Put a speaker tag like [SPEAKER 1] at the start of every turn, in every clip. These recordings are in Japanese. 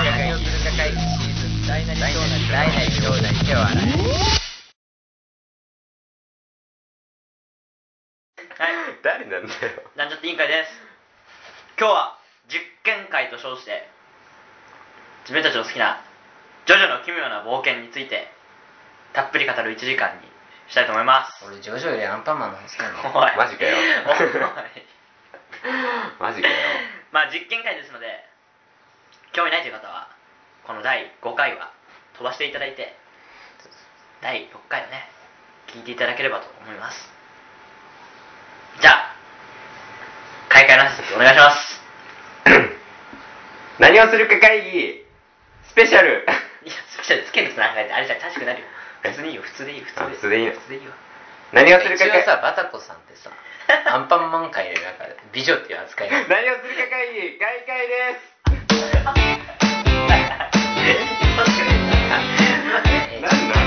[SPEAKER 1] 回シーズン大なり小なり大なり小なり手を洗え
[SPEAKER 2] はい、
[SPEAKER 3] 誰なんだよ
[SPEAKER 2] なんちゃって委員会です。今日は実験会と称して、自分たちの好きなジョジョの奇妙な冒険についてたっぷり語る1時間にしたいと思います。
[SPEAKER 1] 俺ジョジョよりアンパンマンの方が好きなんだよ
[SPEAKER 2] おい
[SPEAKER 3] マジかよ
[SPEAKER 2] おい
[SPEAKER 3] マジかよ
[SPEAKER 2] まあ実験会ですので、興味ないという方は、この第5回は飛ばしていただいて、第6回をね、聞いていただければと思います。じゃあ、開会の挨拶お願いします。
[SPEAKER 3] 何をするか会議スペシャル
[SPEAKER 2] いや、好きじゃない、好きですなんかあれじゃん、正しくなるよ。普通にいいよ、普通でいいよ、普
[SPEAKER 3] あ
[SPEAKER 2] 通
[SPEAKER 3] 素
[SPEAKER 2] で。
[SPEAKER 3] でいいの
[SPEAKER 2] 普通でいいよ。
[SPEAKER 3] 何をする
[SPEAKER 1] 一
[SPEAKER 3] か
[SPEAKER 1] 応
[SPEAKER 3] 会議
[SPEAKER 1] さバタコさんって さアンパンマン界でなんか美女っていう扱いなの
[SPEAKER 3] 何をするか会議外会ですな
[SPEAKER 1] え
[SPEAKER 3] んだ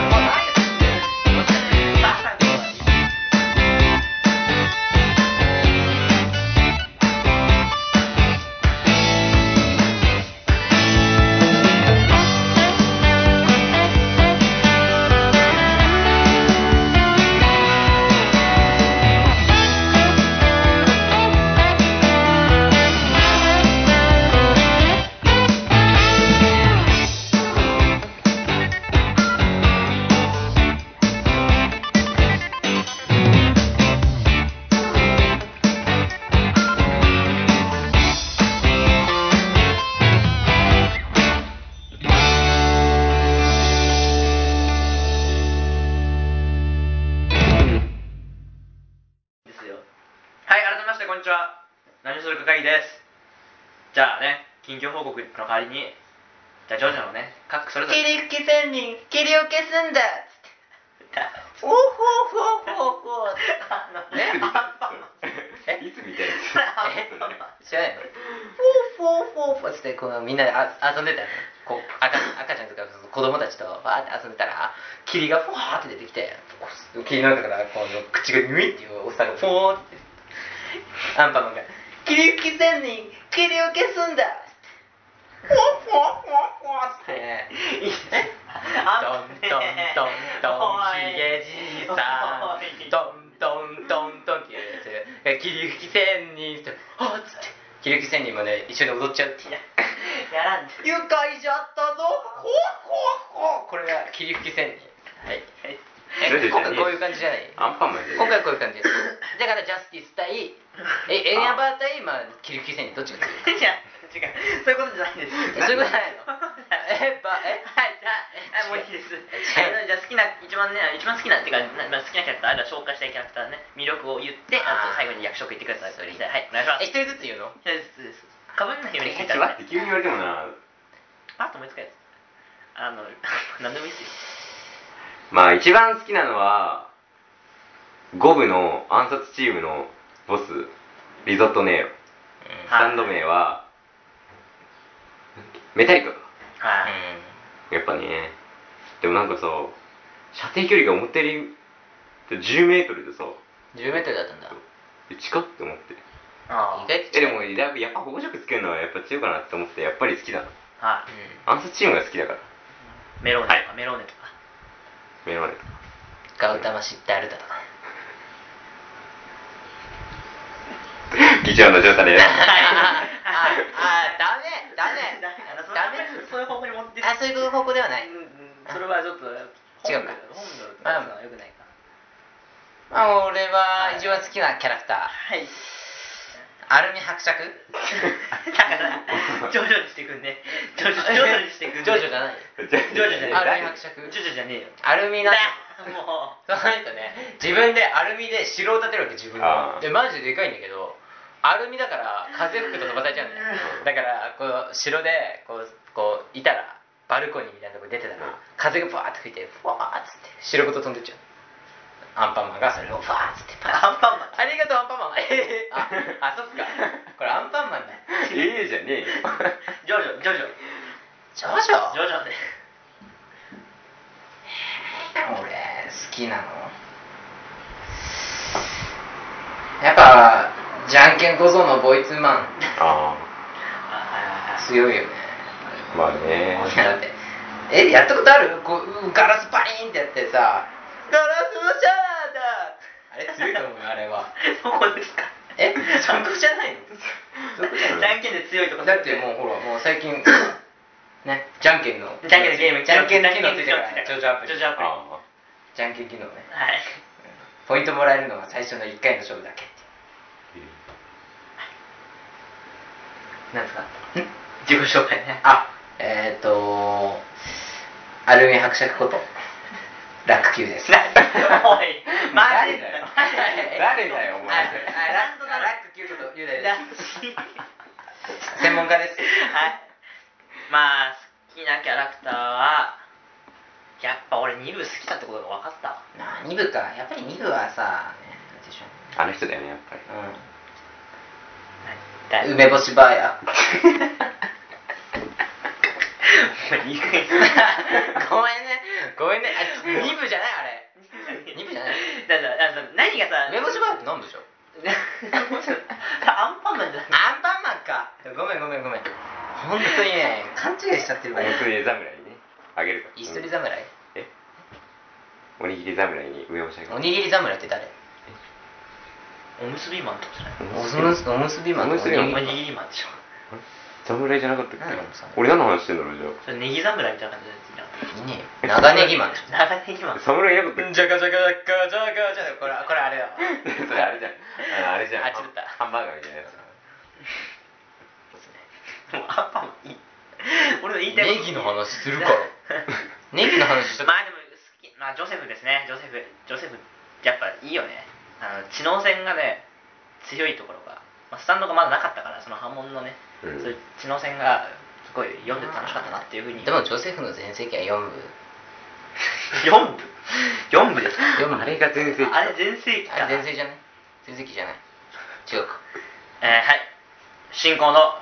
[SPEAKER 2] ですよはい、改めまして、こんにちは。何をするか会議です。じゃあね、近況報告の代わりに、じゃあ、ジョジョのね、各それぞれ。
[SPEAKER 1] り吹き仙人霧を消すんだおほほほほ
[SPEAKER 2] あの
[SPEAKER 3] い
[SPEAKER 1] ね
[SPEAKER 3] つ見
[SPEAKER 2] ア
[SPEAKER 3] た
[SPEAKER 2] ンパンマン
[SPEAKER 3] やついつ見たやつ
[SPEAKER 2] アンパンマン
[SPEAKER 1] 知らないのフォーフォーフォーフォーつってこのみんなであ遊んでたのこう赤赤ちゃんとか子供たちとバーって遊んでたら霧がフォーって出てきて霧の中からこの口がニュイっていうおっさんがフォーってアンパンマンが「霧吹き仙人霧を消すんだ!」フォーフォーフォーフォーって
[SPEAKER 2] いいですね。
[SPEAKER 1] ドンドンドンドンひげじいさん
[SPEAKER 2] ドン。
[SPEAKER 1] ドンドンドンドンって言うやつ霧吹き仙人ってあっつって霧吹き仙人もね一緒に踊っちゃうっていう
[SPEAKER 2] やらんで。
[SPEAKER 1] 愉快じゃったぞほほほこれが霧吹き仙人はい
[SPEAKER 3] ジョジョじ
[SPEAKER 1] え今
[SPEAKER 3] ゃねえ
[SPEAKER 1] 回こういう感じじゃない
[SPEAKER 3] アンパンマンじゃ
[SPEAKER 1] 今
[SPEAKER 3] ね
[SPEAKER 1] 回はこういう感じですだからジャスティス対え エリアンバー対まあ霧吹き仙人どっちが強い
[SPEAKER 2] 違う、違う。そういうことじゃないんです。
[SPEAKER 1] えそういうこと じゃないのえば
[SPEAKER 2] はい、
[SPEAKER 1] え
[SPEAKER 2] じゃあ、あもういいです。
[SPEAKER 1] 違
[SPEAKER 2] じゃあ、好きな、一番ね、一番好きな、っていうか、なまあ、好きなキャラクター、あるいは紹介したいキャラクターのね、魅力を言って、あ
[SPEAKER 1] あー
[SPEAKER 2] と最後に役職言ってください。それではい、お願いしま
[SPEAKER 1] え
[SPEAKER 2] す。
[SPEAKER 1] 一人ずつ言うの
[SPEAKER 2] 一人ずつです。かぶんないように聞い
[SPEAKER 3] え
[SPEAKER 2] た
[SPEAKER 3] 待
[SPEAKER 2] ら、
[SPEAKER 3] って急に言われてもな
[SPEAKER 2] パッと思いつかないです。あの、 何でもいいですよ。
[SPEAKER 3] まあ一番好きなのは五部の暗殺チームのボスリゾットネーロ
[SPEAKER 1] うん
[SPEAKER 2] はい
[SPEAKER 3] バンド名はメタリカか
[SPEAKER 2] はい。
[SPEAKER 3] やっぱねでもなんかさ射程距離が思ったより10メートルでさ
[SPEAKER 1] 10メートルだったんだ
[SPEAKER 3] え近っって思って
[SPEAKER 2] あ
[SPEAKER 1] 意
[SPEAKER 2] ー
[SPEAKER 1] 外と
[SPEAKER 3] えでもやっぱやっぱ保護色つけるのはやっぱ強いかなって思ってやっぱり好きだな
[SPEAKER 2] は
[SPEAKER 1] う
[SPEAKER 3] 暗殺チームが好きだから
[SPEAKER 2] い。メローネとか、メローネとか。
[SPEAKER 3] 目の前とか
[SPEAKER 1] んガウタマ知ってあるだとか
[SPEAKER 3] 議長のジョータです
[SPEAKER 1] あああダメダメ
[SPEAKER 2] だあのその
[SPEAKER 1] ダメ
[SPEAKER 2] そういう方向に持って
[SPEAKER 1] あそういう方向ではない
[SPEAKER 2] うんうんそれはちょっと
[SPEAKER 1] 違うか
[SPEAKER 2] 本土本土のはよくないか
[SPEAKER 1] まあ俺は一番好きなキャラクタ
[SPEAKER 2] はい
[SPEAKER 1] ーアルミ伯爵
[SPEAKER 2] だから徐々にしてくんね徐々徐々にしてくんね
[SPEAKER 1] ジョジョじゃない
[SPEAKER 3] ジョ
[SPEAKER 2] ジョージじゃ
[SPEAKER 1] ア
[SPEAKER 2] な
[SPEAKER 1] ル
[SPEAKER 2] い
[SPEAKER 1] ミ伯爵
[SPEAKER 2] 徐々じゃねえよ
[SPEAKER 1] アルミなんだ
[SPEAKER 2] だも
[SPEAKER 1] その人ね自分でアルミで城を建てるわけ自分
[SPEAKER 3] あ
[SPEAKER 1] が
[SPEAKER 3] ー
[SPEAKER 1] でマジでかいんだけどアルミだから風吹くと飛ばされちゃうんだよだからこう城でこうこういたらバルコニーみたいなとこに出てたら風がバーって吹いてフワーっつって城ごと飛んでっちゃうアンパンマンがそれをフワーっつって
[SPEAKER 2] うアンパンマン
[SPEAKER 1] ありがとうアンパンマンえー、 ああそっかこれアンパンマンだ
[SPEAKER 3] うええじゃねえよ
[SPEAKER 2] 徐々徐々
[SPEAKER 1] ジョジョ
[SPEAKER 2] 徐々で
[SPEAKER 1] 俺好きなのやっぱじゃんけん小僧のボイツーマン
[SPEAKER 3] あ
[SPEAKER 2] あ
[SPEAKER 1] 強いよね
[SPEAKER 3] まあね
[SPEAKER 1] いやだってえやったことあるこうガラスパリーンってやってさ「ガラスのシャワーだ!」あれ強いと思うよあれは
[SPEAKER 2] そこですか
[SPEAKER 1] えそこじゃないのそこじゃない
[SPEAKER 2] じゃんけんで強いとか
[SPEAKER 1] だってもうほらもう最近ねじゃんけんの
[SPEAKER 2] じゃんけんのゲーム
[SPEAKER 1] じゃんけんの機能ついて
[SPEAKER 2] じ
[SPEAKER 1] か
[SPEAKER 2] ゃ
[SPEAKER 1] ら
[SPEAKER 2] ん
[SPEAKER 1] ジ
[SPEAKER 2] けんの機能ついてから
[SPEAKER 1] ョジョアプリ
[SPEAKER 2] ジョジョアプリ
[SPEAKER 3] あ
[SPEAKER 1] じゃんけん機能ね
[SPEAKER 2] はい
[SPEAKER 1] ポイントもらえるのは最初の1回の勝負だけ
[SPEAKER 2] なんですか自己紹介ね
[SPEAKER 1] あえっ、ー、とアルミン伯爵ことラック級です
[SPEAKER 2] なんおいマジ
[SPEAKER 1] 誰だよ
[SPEAKER 3] 誰だよお前
[SPEAKER 1] ああランドのラック級こと雄大です専門家です
[SPEAKER 2] はいまあ好きなキャラクターはやっぱ俺2部好きだってことが分かったわ
[SPEAKER 1] なあ2部かやっぱり2部はさ、ね、でしょ
[SPEAKER 3] ーあの人だよねやっぱり
[SPEAKER 1] う
[SPEAKER 2] 誰
[SPEAKER 1] ん、梅干しバー や
[SPEAKER 2] お前言い過ぎ
[SPEAKER 1] ごめんねごめんねあ2部じゃないあれ二部じゃない
[SPEAKER 2] だからだから何がさ
[SPEAKER 1] 梅干 しバーって飲むでしょ
[SPEAKER 2] アンパンマンじゃなくて
[SPEAKER 1] アンパンマンかごめんごめんごめん本当にね勘違いしちゃってるわ
[SPEAKER 3] おにぎり侍にねあげるか
[SPEAKER 1] 一人侍
[SPEAKER 3] えおにぎり侍に梅干しあげる
[SPEAKER 1] おにぎり侍って誰
[SPEAKER 2] おむすびマンとかじゃない
[SPEAKER 1] おむすおむすびマンと
[SPEAKER 3] おむすびマン
[SPEAKER 2] お
[SPEAKER 1] おに
[SPEAKER 2] に
[SPEAKER 1] ぎり
[SPEAKER 2] ぎりマンでしょ
[SPEAKER 3] 侍じゃなかったっ
[SPEAKER 1] なんだろう侍
[SPEAKER 3] け俺何の話してんだろうじゃ
[SPEAKER 2] それネギ侍みたいな感じじゃない
[SPEAKER 1] ねえよ長ネギマンじ
[SPEAKER 2] い長ネギマン
[SPEAKER 3] あ侍いなかったっけ
[SPEAKER 1] ゃがじゃがじゃがじゃがじゃこれこれあれだわ
[SPEAKER 3] それあれじゃんあのあれじゃん
[SPEAKER 1] あちょっと
[SPEAKER 3] ハンバーガーみたいなやつ
[SPEAKER 2] もうアンパンマンいい 俺の言いたいこと
[SPEAKER 1] ネギの話 するからネギの話した
[SPEAKER 2] まあでも好きまあジョセフですねジョセフジョセフやっぱいいよねあの知能戦がね強いところが、まあ、スタンドがまだなかったからその波紋のね、
[SPEAKER 3] うん
[SPEAKER 2] そういう知能戦がすごい読んで楽しかったなっていうふうに
[SPEAKER 1] でもジョセフの全盛期は4部
[SPEAKER 2] 4部4部ですか
[SPEAKER 1] 四部
[SPEAKER 3] あれが全盛期
[SPEAKER 2] あれ全盛期
[SPEAKER 1] あ
[SPEAKER 2] か
[SPEAKER 1] れ全盛じゃない全盛期じゃない違うか
[SPEAKER 2] えーはい進行の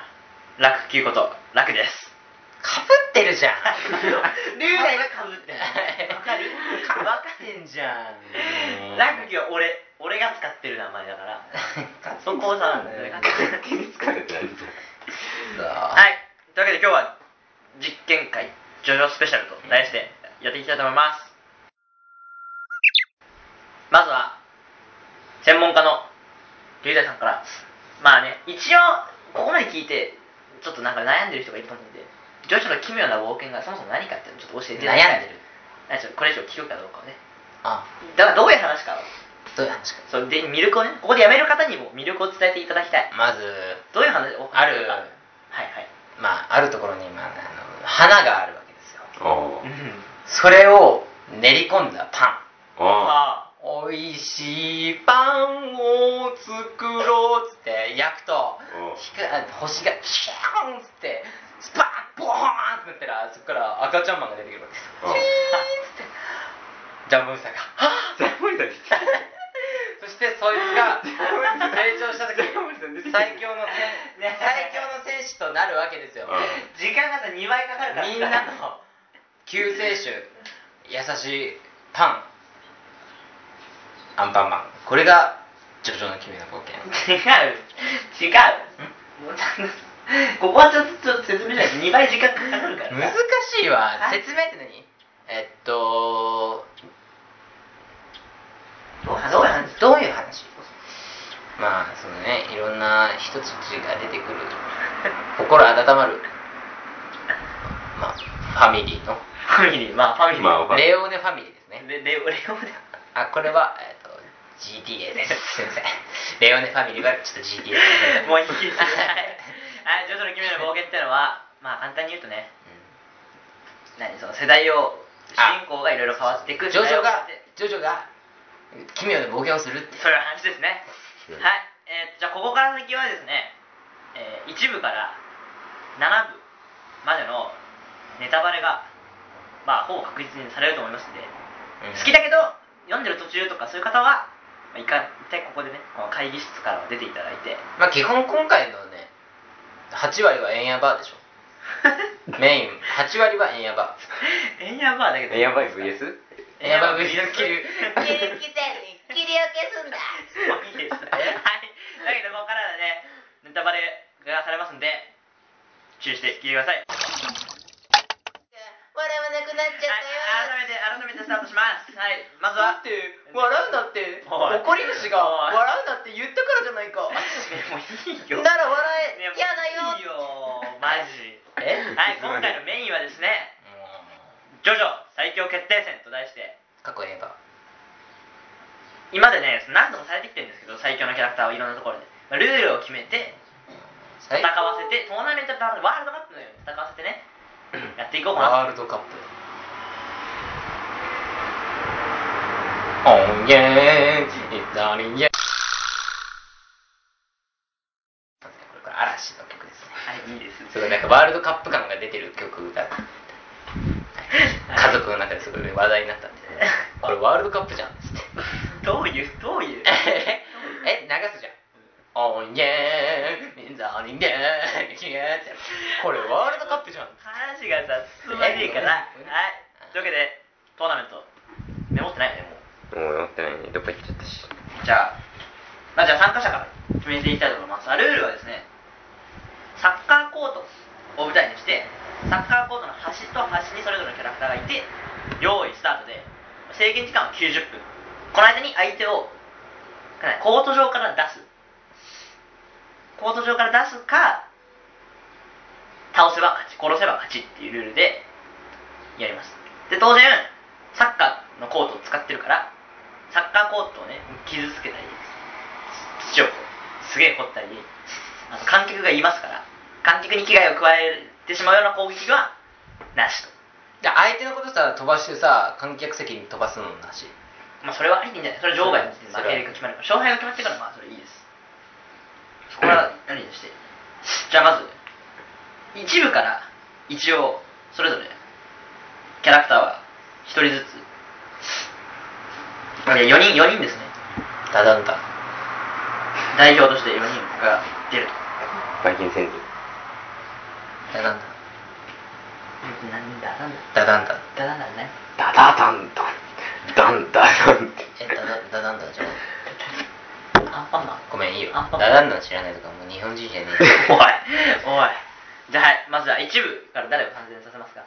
[SPEAKER 2] 楽球こと楽です
[SPEAKER 1] かぶってるじゃん
[SPEAKER 2] 龍大がかぶってるわかる
[SPEAKER 1] か
[SPEAKER 2] わか
[SPEAKER 1] ぶってんじゃん
[SPEAKER 2] る楽球は俺俺が使ってる名前だからそこをさ
[SPEAKER 3] 勝手に疲れてないです
[SPEAKER 1] さあ
[SPEAKER 2] はい。というわけで今日は実験会ジョジョスペシャルと題してやっていきたいと思います。まずは、専門家の龍大さんから、まあね、一応、ここまで聞いて、ちょっとなんか悩んでる人がいると思うんで、ジョジョの奇妙な冒険がそもそも何かっていうのをちょっと教えていただきたい
[SPEAKER 1] 悩んでる
[SPEAKER 2] はいちょっとこれ以上聞くかどうかをね。
[SPEAKER 1] あ
[SPEAKER 2] だからどういう話かを
[SPEAKER 1] どういう話か
[SPEAKER 2] そうで、魅力をね、ここでやめる方にも魅力を伝えていただきたい。
[SPEAKER 1] まず
[SPEAKER 2] どういう話を
[SPEAKER 1] ある
[SPEAKER 2] はいはい。
[SPEAKER 1] まああるところに、まあ、あの花があるわけですよ
[SPEAKER 3] あ
[SPEAKER 2] うん。
[SPEAKER 1] それを練り込んだパ
[SPEAKER 3] あああ
[SPEAKER 2] ああ。
[SPEAKER 1] ンおいしいパンを作ろうっつって焼くとひくあ星がキューンっつってスパーンボーンってなったらそこから赤ちゃんマンが出てくるわけですよ
[SPEAKER 3] あ
[SPEAKER 1] ジャンボウサがはぁ
[SPEAKER 3] じゃあ森田来た
[SPEAKER 1] そしてそいつ が成長した時に最強の戦
[SPEAKER 2] ね
[SPEAKER 1] 最強の戦士となるわけですよ
[SPEAKER 3] うん
[SPEAKER 2] 時間がさ2倍かかるから
[SPEAKER 1] みんなの救世主優しいパンアンパンマンこれがジョジョの奇妙な冒険
[SPEAKER 2] 違う違うもうちゃんとここはちょっとちょっと説明しないと2倍時間かかるから
[SPEAKER 1] 難しいわ
[SPEAKER 2] はい
[SPEAKER 1] 説明って何えっと
[SPEAKER 2] どう話どう話
[SPEAKER 1] どういう話まあそのねいろんな人たちが出てくる心温まるまあファミリーの
[SPEAKER 2] ファミリーまあファミリー、
[SPEAKER 3] まあファミリ
[SPEAKER 1] レオーネファミリーですね
[SPEAKER 2] でで俺をね
[SPEAKER 1] あこれは、えっと GTA ですすいませんレオーネファミリーはちょっと GTA です
[SPEAKER 2] もういいですはいはいジョジョの奇妙な冒険ってのはまあ簡単に言うとね何その世代を
[SPEAKER 1] あ
[SPEAKER 2] 進行がいろいろ変わっていく
[SPEAKER 1] ジョジョが
[SPEAKER 2] 世代を変えて
[SPEAKER 1] ジョジョが奇妙な冒険をするって
[SPEAKER 2] それは話ですね
[SPEAKER 3] うん
[SPEAKER 2] はい、えーじゃあここから先はですね、えー、1部から7部までのネタバレが、まあ、ほぼ確実にされると思いますので、好きだけど読んでる途中とかそういう方は、まあ、一回一回ここでねこの会議室から出ていただい て
[SPEAKER 1] まあ基本今回のね8割はエンヤバーでしょメイン8割はエンヤバー
[SPEAKER 2] エンヤバーだけど
[SPEAKER 3] えやば い VS?
[SPEAKER 1] エンヤバー VS キ
[SPEAKER 2] キリ
[SPEAKER 1] リュウ切り分けすんだ
[SPEAKER 2] もういいですはいだけどここからはねネタバレがされますんで注意して聞いてください
[SPEAKER 4] なっちゃ
[SPEAKER 2] あ
[SPEAKER 4] ったよ
[SPEAKER 2] 改めて改めてスタートしますはいまず
[SPEAKER 1] だ
[SPEAKER 2] は
[SPEAKER 1] って笑うなって
[SPEAKER 2] おい
[SPEAKER 1] 怒り主が
[SPEAKER 2] おい
[SPEAKER 1] 笑うなって言ったからじゃないか
[SPEAKER 2] もういいよ
[SPEAKER 4] なら笑
[SPEAKER 2] ねも
[SPEAKER 4] え
[SPEAKER 2] う
[SPEAKER 4] 嫌だ
[SPEAKER 2] いい
[SPEAKER 4] よ
[SPEAKER 2] よマジ
[SPEAKER 1] え
[SPEAKER 2] はい今回のメインはですねジョジョ最強決定戦と題して
[SPEAKER 1] 過去映画
[SPEAKER 2] 今までね何度もされてきてるんですけど最強のキャラクターをいろんなところでルールを決めて戦わせてトーナメントバワールドカップのように戦わせてねやっていこうかな
[SPEAKER 1] ワールドカップおんげー左にこれから嵐の曲ですね
[SPEAKER 2] はいいいです
[SPEAKER 1] すごいなんかワールドカップ感が出てる曲が家族の中ですごい話題になったんでこれワールドカップじゃんっつって
[SPEAKER 2] どういうどういう
[SPEAKER 1] え流すじゃんおんげー左にげーってやつこれワールドカップじゃん
[SPEAKER 2] 話がさ進まねえからはいというわけでトーナメントメモってないよねもう
[SPEAKER 3] もう乗ってないね。どっか行っちゃったし。
[SPEAKER 2] じゃあ、まあ、じゃあ参加者から決めていきたいと思います。あルールはですね、サッカーコートを舞台にして、サッカーコートの端と端にそれぞれのキャラクターがいて、用意スタートで、制限時間は90分。この間に相手をコート上から出す。コート上から出すか、倒せば勝ち、殺せば勝ちっていうルールでやります。で、当然、サッカーのコートを使ってるから、サッカーコートをね傷つけたり土をすげえ掘ったりあの観客がいますから観客に危害を加えてしまうような攻撃はなしと、
[SPEAKER 1] で相手のことさ飛ばしてさ観客席に飛ばすのもなし
[SPEAKER 2] まあ、それはありでいいんじゃないそれは場外に負
[SPEAKER 1] それは
[SPEAKER 2] けが決まるから勝敗が決まってからまあそれいいですそこは何にしてじゃあまず一部から一応それぞれキャラクターは一人ずつ4人4人ですね
[SPEAKER 1] ダダンダ
[SPEAKER 2] 代表として4人が出ると
[SPEAKER 3] バイキン戦
[SPEAKER 1] ダダン
[SPEAKER 2] なんだなんだ
[SPEAKER 1] ダダダンダ
[SPEAKER 2] だなんだね
[SPEAKER 3] ダダダンダン。ダンダダンって。
[SPEAKER 1] えダダダダンダじゃん
[SPEAKER 2] アンパンマン
[SPEAKER 1] ごめんいいよ
[SPEAKER 2] あ
[SPEAKER 1] ダダンダ知らないとかもう日本人じゃねえよ
[SPEAKER 2] おい おいじゃあはいまずは一部から誰を参戦させますか、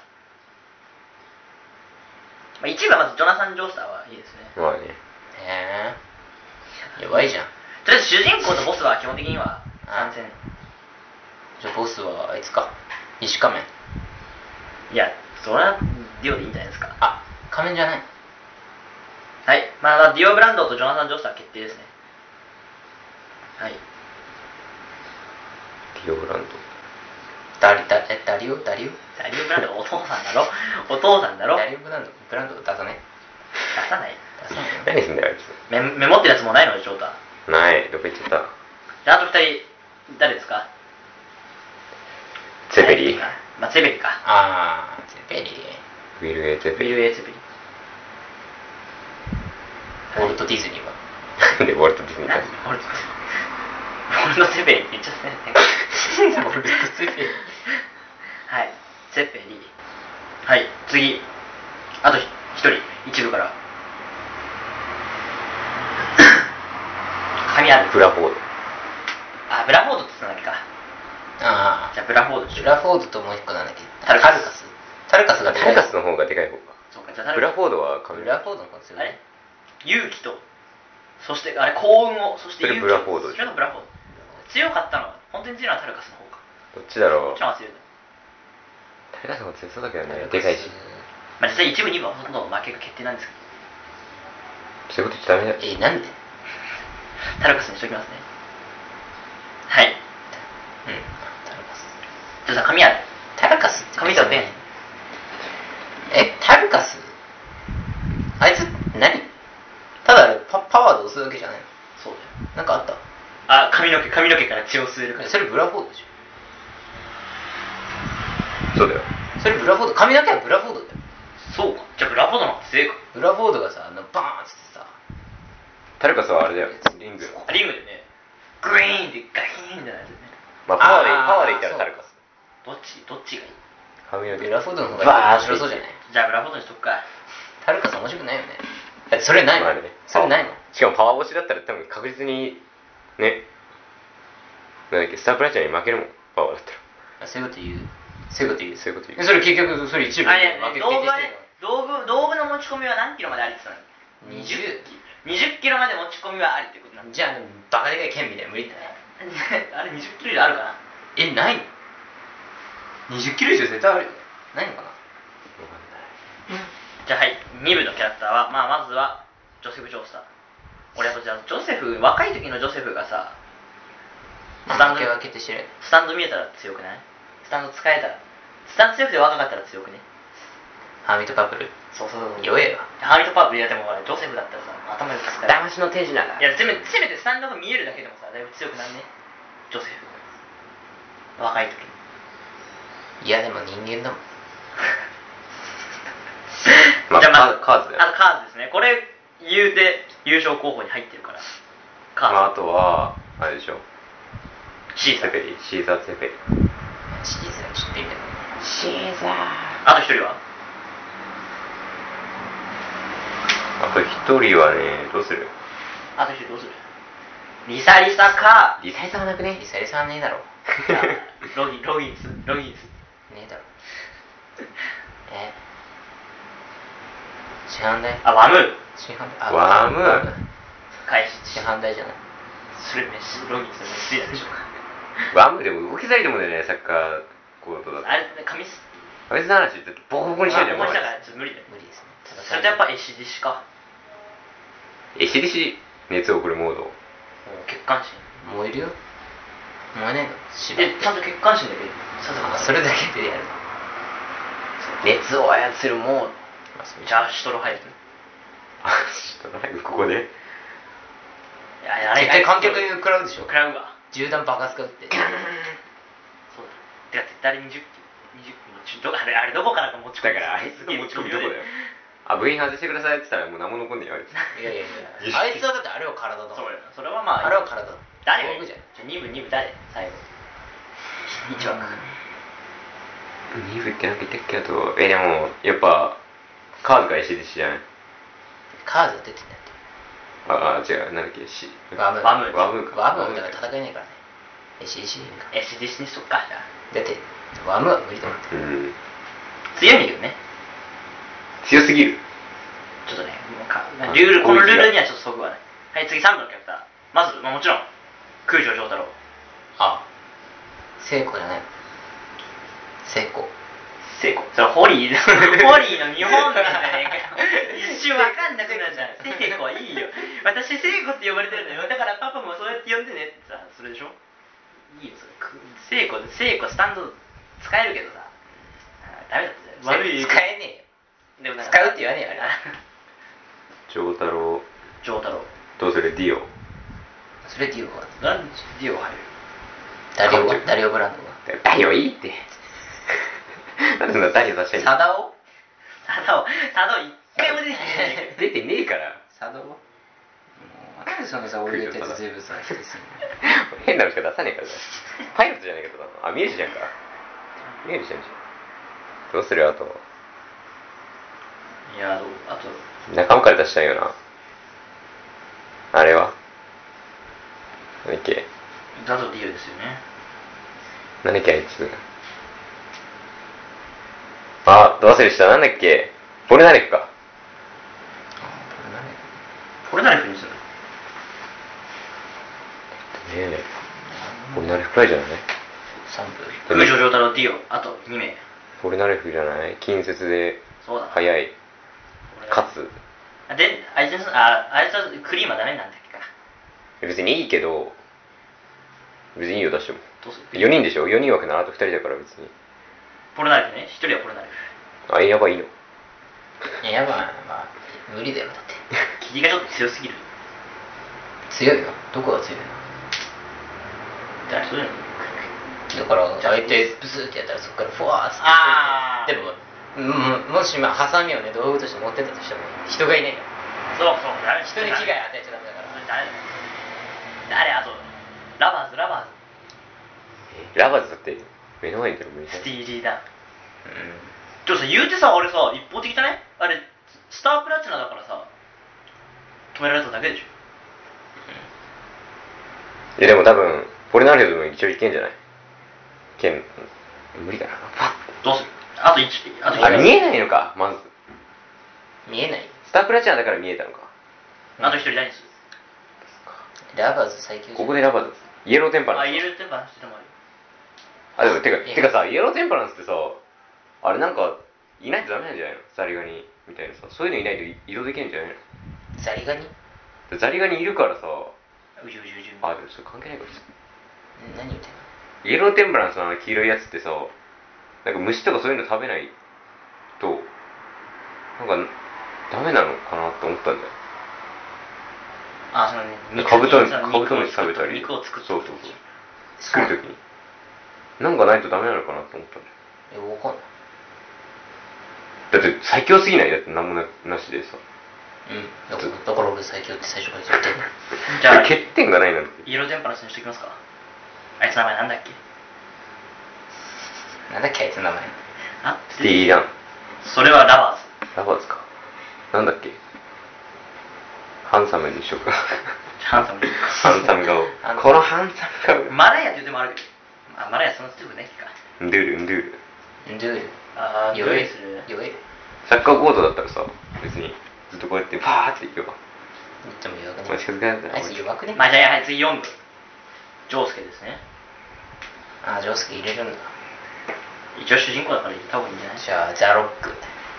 [SPEAKER 2] まあ、一部はまずジョナサン・ジョースターはいいですね
[SPEAKER 3] まあね。
[SPEAKER 1] へえやばいじゃん
[SPEAKER 2] とりあえず主人公とボスは基本的には参戦
[SPEAKER 1] じゃあボスはあいつか石仮面
[SPEAKER 2] いやそれはディオでいいんじゃないですか
[SPEAKER 1] あ仮面じゃない
[SPEAKER 2] はいまあディオブランドとジョナサン・ジョースター決定ですねはい
[SPEAKER 3] ディオブラン
[SPEAKER 1] ダリダえダリオダリオ
[SPEAKER 2] さあディオブランドはお父さんだ ろお父さんだろ
[SPEAKER 1] ダ
[SPEAKER 2] 出
[SPEAKER 1] リオブランドブランド出さね
[SPEAKER 2] さない
[SPEAKER 1] 出さない
[SPEAKER 3] ド。
[SPEAKER 1] よ
[SPEAKER 3] 何すんだよ、あい
[SPEAKER 2] メメモってるやつもうないのでしょうか
[SPEAKER 3] つ。ない。どっか行っちゃった。
[SPEAKER 2] であと2人誰ですか
[SPEAKER 3] ツェペリー。
[SPEAKER 2] まあ、ゼベリか。
[SPEAKER 1] あーゼペリー
[SPEAKER 3] ウィル・エ・ツェ
[SPEAKER 2] ビ
[SPEAKER 3] ペリ
[SPEAKER 2] ル・エイツェベリ。
[SPEAKER 1] ウォルト・ディズニーは
[SPEAKER 3] ー。で、ウォルト・ディズニー
[SPEAKER 2] な
[SPEAKER 3] だ
[SPEAKER 2] んで俺、俺のゼベリって言っちゃったよね。
[SPEAKER 1] ウォルト・ゼペリー
[SPEAKER 2] はい、ゼペリ。はい、次。あとひ一人、一部から。神ある。
[SPEAKER 3] ブラボード。
[SPEAKER 2] あ、ブラフォードって言ったんだっけか。
[SPEAKER 1] あ
[SPEAKER 2] じゃあ、ブラフォード
[SPEAKER 1] あ
[SPEAKER 2] し
[SPEAKER 1] ブ
[SPEAKER 2] よう。
[SPEAKER 1] ラフォードともう一個なんだっけ
[SPEAKER 2] タルカス
[SPEAKER 1] スタルカスが出
[SPEAKER 3] タ
[SPEAKER 1] て
[SPEAKER 3] ルカスの方がでかい方か。
[SPEAKER 2] そうか、じゃあ、
[SPEAKER 3] ブラフォードはカ
[SPEAKER 1] ブ
[SPEAKER 3] メ
[SPEAKER 1] ラ
[SPEAKER 3] ラ。
[SPEAKER 1] フォードの方が強
[SPEAKER 2] あ
[SPEAKER 1] い
[SPEAKER 2] れ勇気と、そして、あれ、幸運を、そして
[SPEAKER 3] それ
[SPEAKER 2] 勇気
[SPEAKER 3] ブラフォード
[SPEAKER 2] そ
[SPEAKER 3] でしょ
[SPEAKER 2] れがブラフォード。強かったのは、本当に強いのはタルカスの方か。
[SPEAKER 3] どっちだ
[SPEAKER 2] こ
[SPEAKER 3] ろ
[SPEAKER 2] っ
[SPEAKER 3] う
[SPEAKER 2] ち。の方が強いんだ。
[SPEAKER 3] タルカスの方が強そうだけどね。でかいし。
[SPEAKER 2] まあ、実際一部二部はほとんど負けが決定なんですけど
[SPEAKER 3] そういうこと言っちゃダメだよ。
[SPEAKER 1] えなんで
[SPEAKER 2] タルカスにしときますねはい
[SPEAKER 1] うんタルカス
[SPEAKER 2] じゃあさ紙ある
[SPEAKER 1] タルカスって
[SPEAKER 2] 紙とペン
[SPEAKER 1] えタルカスあいつ何ただあれパパワーで押すだけじゃないの
[SPEAKER 2] そうだよ
[SPEAKER 1] なんかあった
[SPEAKER 2] あ髪の毛髪の毛から血を吸えるから
[SPEAKER 1] えそれブラフォードでしょ
[SPEAKER 3] そうだよ。
[SPEAKER 1] それブラフォード髪の毛はブラフォードだよ
[SPEAKER 2] そうかじゃあブラボードの方が強いか
[SPEAKER 1] ブラフォードがさあのバーンっつってさ
[SPEAKER 3] タルカスはあれだよ。リング。
[SPEAKER 2] あリングでねグイーンってガキーンじゃないとね
[SPEAKER 3] まあ、パワーで、
[SPEAKER 1] あー
[SPEAKER 3] パワーで言ったらタルカス。
[SPEAKER 2] どっちどっちがいい
[SPEAKER 3] 髪の毛
[SPEAKER 1] ブラフォードの方が
[SPEAKER 3] バー
[SPEAKER 1] 面白そうじゃない
[SPEAKER 2] じゃあブラボードにしとくか
[SPEAKER 1] タルカス面白くないよねだってそれないの
[SPEAKER 3] まあね
[SPEAKER 1] それないの
[SPEAKER 3] しかもパワー押しだったら多分確実にねなんだっけスタープラチャーに負けるもんパワーだったら
[SPEAKER 1] あそういうこと言うそういうこと言う
[SPEAKER 3] そういうこと言う
[SPEAKER 1] えそれ結局それ一
[SPEAKER 2] あ
[SPEAKER 1] 部
[SPEAKER 2] いや
[SPEAKER 1] 負け
[SPEAKER 2] 動画
[SPEAKER 1] 決定し
[SPEAKER 2] で
[SPEAKER 1] てるの
[SPEAKER 2] 道具道具の持ち込みは何キロまでありって言ったの
[SPEAKER 1] 20
[SPEAKER 2] 20キロまで持ち込みはありってことなんだ
[SPEAKER 1] じゃあバカでかい剣みたいな無理だね
[SPEAKER 2] あれ20キロ以上あるかな
[SPEAKER 1] えないの20キロ以上絶対あるよねないのかな
[SPEAKER 2] じゃあはい2部のキャラクターは、まあ、まずはジョセフ・ジョースター俺はこちらジョセフ若い時のジョセフがさスタン
[SPEAKER 1] 分
[SPEAKER 2] ド
[SPEAKER 1] け分けて知る
[SPEAKER 2] スタンド見えたら強くないスタンド使えたらスタンド強くて若かったら強くね
[SPEAKER 1] ハーミットパープル
[SPEAKER 2] そうそうそう
[SPEAKER 1] 弱えわ
[SPEAKER 2] ハーミットパープルいやでもほらジョセフだったらさ頭よく使える
[SPEAKER 3] 騙しの手品だ
[SPEAKER 2] いやせめせめてスタンドが見えるだけでもさだいぶ強くなんねジョセフ若い時に
[SPEAKER 1] いやでも人間だもん
[SPEAKER 3] ま
[SPEAKER 2] じ
[SPEAKER 3] あ
[SPEAKER 2] ゃあまず
[SPEAKER 3] カーズカーズだよ
[SPEAKER 2] あとカーズですねこれ言うて優勝候補に入ってるから
[SPEAKER 3] まあ、
[SPEAKER 2] カーズ、
[SPEAKER 3] あとはあれでしょ
[SPEAKER 2] シー
[SPEAKER 3] セ
[SPEAKER 2] サ
[SPEAKER 3] ペ
[SPEAKER 2] ー
[SPEAKER 3] リシーザー・セペリ
[SPEAKER 1] シーズン知ってみたい
[SPEAKER 3] シーザー
[SPEAKER 2] あと一人は
[SPEAKER 3] あと一人はねどうする
[SPEAKER 2] あと一人どうするリサリサか
[SPEAKER 3] リサイさんはなくね
[SPEAKER 1] リサリさんはねえだろ
[SPEAKER 2] じ ゃあロギロギンスロギンス
[SPEAKER 1] ねえだろえ市販代
[SPEAKER 2] あワムー
[SPEAKER 1] 市販代
[SPEAKER 3] ワーム
[SPEAKER 1] ワム
[SPEAKER 2] 開始
[SPEAKER 1] 市販代じゃない
[SPEAKER 2] それ飯ロギンスの飯やでしょうか
[SPEAKER 3] ワームでも動きづらいと思うんだよねサッカーコートだと
[SPEAKER 2] あれ紙す
[SPEAKER 3] あいつの話ちょっとボコボコにしないじゃん
[SPEAKER 2] こ
[SPEAKER 3] もう
[SPEAKER 2] にしたからちょっと無理だよ
[SPEAKER 1] 無理ですねただ
[SPEAKER 2] それとやっぱエシデシか
[SPEAKER 3] えしりし熱を送るモード
[SPEAKER 2] 血管心
[SPEAKER 1] 燃えるよ燃えないの芝
[SPEAKER 2] えちゃんと血管心だけど
[SPEAKER 1] あそれだけでやるの
[SPEAKER 3] 熱を操るモード
[SPEAKER 1] あそういう
[SPEAKER 2] じゃあシュトロハイブ
[SPEAKER 3] あちょっとなんかここで
[SPEAKER 2] いやあれ
[SPEAKER 1] 絶対観客に食らうでしょ
[SPEAKER 2] 食らうわ
[SPEAKER 1] 銃弾爆発かって
[SPEAKER 2] そうだてか絶対あれ20 20ちょどあれあれどこからか持ち
[SPEAKER 3] だ
[SPEAKER 2] 込
[SPEAKER 3] か
[SPEAKER 2] み
[SPEAKER 3] らあいつの持ち込みどこだよあ部員外してくださいって言ったらもう何も残んねえよあいつ
[SPEAKER 1] いやいやいやあいつはだってあれは体だもん
[SPEAKER 2] そうよそれはまあ
[SPEAKER 1] あれは体だ
[SPEAKER 2] 誰が
[SPEAKER 1] 道具じゃん
[SPEAKER 2] じゃあ2部2部誰最後1枠
[SPEAKER 3] ニーブってなんか言ったっけあとえでもやっぱカーズか石でしじゃない
[SPEAKER 1] カード出てんだって
[SPEAKER 3] ああ違うなんだっけし
[SPEAKER 1] ワム
[SPEAKER 2] ワム
[SPEAKER 3] ワムか
[SPEAKER 1] ワムはだから戦えないからねえしえしでいいのか
[SPEAKER 2] えしデシにしとくかじゃあ
[SPEAKER 1] だってワムは無理だもん
[SPEAKER 3] うん
[SPEAKER 2] 強いんだけどね
[SPEAKER 3] 強すぎる
[SPEAKER 2] ちょっとねもうかル
[SPEAKER 3] あ
[SPEAKER 2] ールこの
[SPEAKER 3] 攻
[SPEAKER 2] ルー
[SPEAKER 3] 撃が
[SPEAKER 2] ルにはちょっとそぐわないはい次3部のキャラクターまず、まあ、もちろん空城城太郎
[SPEAKER 1] あ成功じゃないの成功
[SPEAKER 2] 成功それホリーだホリーの日本なんじゃねえかよ一瞬わかんなくなるじゃん成功いいよ私成功って呼ばれてるんだよだからパパもそうやって呼んでねってさそれでしょいいよそれ成功成功スタンド使えるけどさあーダメだった悪い
[SPEAKER 1] 使えねえよ
[SPEAKER 2] でもなんか
[SPEAKER 1] 使うって言わねえよあれは
[SPEAKER 3] 丈太郎
[SPEAKER 2] 丈太郎
[SPEAKER 3] どうするディオ
[SPEAKER 1] それディオは
[SPEAKER 2] なんでディオ入る
[SPEAKER 1] ダリオは
[SPEAKER 3] 彼女
[SPEAKER 1] ダリオブランドは
[SPEAKER 3] ダリオいいって なんでそんなダリオ出したい
[SPEAKER 1] サダオ
[SPEAKER 2] 佐藤佐藤一回も出てきてない
[SPEAKER 3] 出てねえから
[SPEAKER 1] サダオもうなんでそんなさ俺が言ったやつ全部さ否定するの
[SPEAKER 3] 変なのしか出さねえからさパイロットじゃねえかとだなあミュージシャンかミュージシャンじゃんどうするあと
[SPEAKER 2] いやどうあと
[SPEAKER 3] 仲間から出したいよなあれはなんだっけ
[SPEAKER 2] だとディオですよね
[SPEAKER 3] なんだっけあいつあどうするしたなんだっけボルナレフか
[SPEAKER 2] これ誰フにするの
[SPEAKER 3] ねえボルナレフくらいじゃない
[SPEAKER 1] 三部
[SPEAKER 2] 空城城太郎ディオあと2名
[SPEAKER 3] ボルナレフじゃない近接で
[SPEAKER 2] そうだ
[SPEAKER 3] 速い
[SPEAKER 2] 俺
[SPEAKER 3] かつ
[SPEAKER 2] あであいつのああいつはクリームはダメなんだっけか
[SPEAKER 3] 別にいいけど別にいいよ出しても
[SPEAKER 2] どうする
[SPEAKER 3] 4人でしょ4人枠ならあと2人だから別に
[SPEAKER 2] ポルナレフね一人はポルナレフ
[SPEAKER 3] あやばいいの
[SPEAKER 1] いややばいまあ無理だよだって
[SPEAKER 2] 霧がちょっと強すぎる
[SPEAKER 1] 強いよどこが強いの
[SPEAKER 2] 誰そういうの
[SPEAKER 1] だから相手ブスってやったらそこからフワーって
[SPEAKER 2] あー
[SPEAKER 1] でもうんもしまあハサミをね道具として持ってたとしても人がいないか
[SPEAKER 2] そう
[SPEAKER 1] ら
[SPEAKER 2] そう誰
[SPEAKER 1] 人に危害与えちゃダメだから
[SPEAKER 2] 誰誰あとラバーズラバー
[SPEAKER 3] ラバーズだって目の前にいたら無理だ
[SPEAKER 2] ズ
[SPEAKER 3] よ
[SPEAKER 2] スティーリーダー
[SPEAKER 1] うん
[SPEAKER 2] ちょっとさ言うてさあれさ一方的じゃないあれスタープラチナだからさ止められただけでしょ
[SPEAKER 3] いやでも多分ポルナレフでも一応いけんじゃないいけん無理かなパッ
[SPEAKER 2] どうするあと1あと
[SPEAKER 3] あ
[SPEAKER 2] 1
[SPEAKER 3] 見えないのかまず
[SPEAKER 1] 見えない
[SPEAKER 3] スタープラチナだから見えたのか
[SPEAKER 2] あと一人誰にする
[SPEAKER 1] ラバーズ最強じゃん
[SPEAKER 3] ここでラバーズイエローテンパラ
[SPEAKER 2] あ、
[SPEAKER 3] ンス
[SPEAKER 2] 言えるって話してもあるよ
[SPEAKER 3] あでもて
[SPEAKER 1] いや
[SPEAKER 3] かてかさイエローテンパランスってさあれなんかいないとダメなんじゃないのザリガニみたいなさそういうのいないとい移動できないんじゃないの
[SPEAKER 1] ザリガニん
[SPEAKER 3] でザリガニいるからさ
[SPEAKER 2] うじうじうじうじ
[SPEAKER 3] あでもそれ関係ないかもしれない
[SPEAKER 1] 何みたい
[SPEAKER 3] イエローテンブランスのあの黄色いやつってさ、なんか虫とかそういうの食べないと、なんか、ダメなのかなって思ったんだよ。
[SPEAKER 2] あ、そのね、肉
[SPEAKER 3] カブトムシ、
[SPEAKER 2] その
[SPEAKER 3] カブトムシ食べたり。
[SPEAKER 2] 肉を作った
[SPEAKER 3] そうそうそう。
[SPEAKER 1] そう
[SPEAKER 3] 作るときに。なんかないとダメなのかなって思ったんだよ。
[SPEAKER 1] なえわかん
[SPEAKER 3] だ
[SPEAKER 1] ない
[SPEAKER 3] って最強すぎないだって何もななしでさ。
[SPEAKER 1] うんだからだから俺最強って最初から言ってる
[SPEAKER 2] じゃあ、
[SPEAKER 3] 欠点がないなんて。
[SPEAKER 2] イエローテンパランスにしときますかあいつ名前なんだっけ
[SPEAKER 1] なんだっけあいつの名前
[SPEAKER 2] あ
[SPEAKER 3] スティーリーダン。
[SPEAKER 2] それはラバーズ
[SPEAKER 3] ラバーズか。なんだっけハンサムにしよ うか。
[SPEAKER 2] ハンサムにしようか
[SPEAKER 3] ハンサム顔
[SPEAKER 1] ハンサム。
[SPEAKER 3] このハンサム
[SPEAKER 2] マラヤって言うてもあるけどあマラヤそんな強くないっけか
[SPEAKER 3] 顔。ンドゥルンドゥル。
[SPEAKER 1] ドゥール
[SPEAKER 2] ああ
[SPEAKER 1] 弱
[SPEAKER 2] 弱
[SPEAKER 1] い
[SPEAKER 2] いする
[SPEAKER 1] 弱い
[SPEAKER 3] サッカーコートだったらさ、別にずっとこうやってバーっていけば、
[SPEAKER 1] でも弱く
[SPEAKER 3] ま
[SPEAKER 1] ね
[SPEAKER 3] あ、近づかないんだ
[SPEAKER 1] あいつ弱くね
[SPEAKER 2] まあじゃあはい次4部ジョウスケですね
[SPEAKER 1] あジョースケ入れるんだ
[SPEAKER 2] 一応主人公だから入れた方がいいんじゃない
[SPEAKER 1] じゃあザ・ロック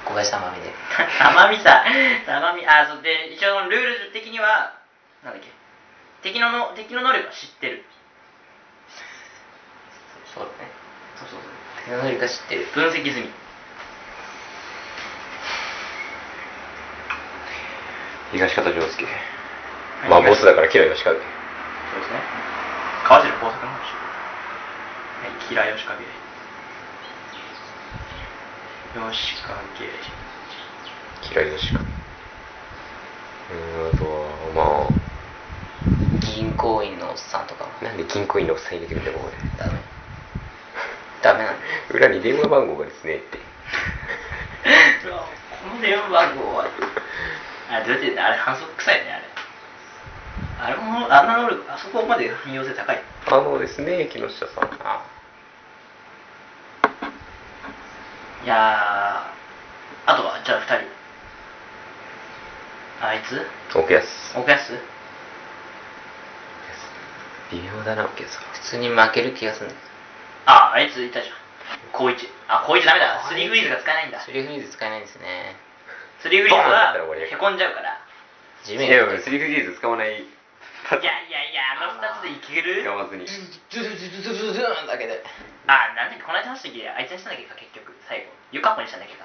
[SPEAKER 1] 小林さんまみで
[SPEAKER 2] 生身さ生身あそうで一応ルール的にはなんだっけ敵のの敵の能力は知ってる
[SPEAKER 1] そうだね
[SPEAKER 2] そうそうそ
[SPEAKER 1] 手の能力が知ってる
[SPEAKER 2] う分析済み
[SPEAKER 3] 東方丈介。まあ、ボスだから嫌いはしかる。
[SPEAKER 2] そうですね川尻豊作の方でしょはい吉良義景義景
[SPEAKER 3] 嫌いはしかる。うーん、あとは、
[SPEAKER 1] 銀行員のおっさんとかも
[SPEAKER 3] まあ、なんで銀行員のおっさん入れてくるんだ、ここ
[SPEAKER 1] ダメダメなんだよ
[SPEAKER 3] で。裏に電話番号がですね、って。
[SPEAKER 2] この電話番号はあれどうやって言うんだあれ反則臭いねあれあれもあんな能力あそこまで汎用性高い
[SPEAKER 3] あのですね、木下さん。あ
[SPEAKER 2] いやーあとはじゃあ2人あいつ
[SPEAKER 3] 奥安。
[SPEAKER 2] 奥安
[SPEAKER 3] 微妙だな、奥安は。
[SPEAKER 1] 普通に負ける気がするんだ
[SPEAKER 2] ああいついたじゃん高一あ高一ダメだスリーフリーズが使えないんだ
[SPEAKER 1] スリーフリーズ使えないんですね
[SPEAKER 2] スリーフリーズは
[SPEAKER 3] ボーンだったら終わり
[SPEAKER 2] へこんじゃうから
[SPEAKER 1] 地
[SPEAKER 3] い
[SPEAKER 1] 面
[SPEAKER 3] や、俺
[SPEAKER 1] が
[SPEAKER 3] 3DGs 使わない。
[SPEAKER 2] いやいやいや、あの2つでいける
[SPEAKER 3] 使わずに。
[SPEAKER 1] ズズズズズズズーンだけで
[SPEAKER 2] あ、なんだっけ、この間話した時、あいつにしたんだっけか、結局、最後。ゆかこにしたんだっけか。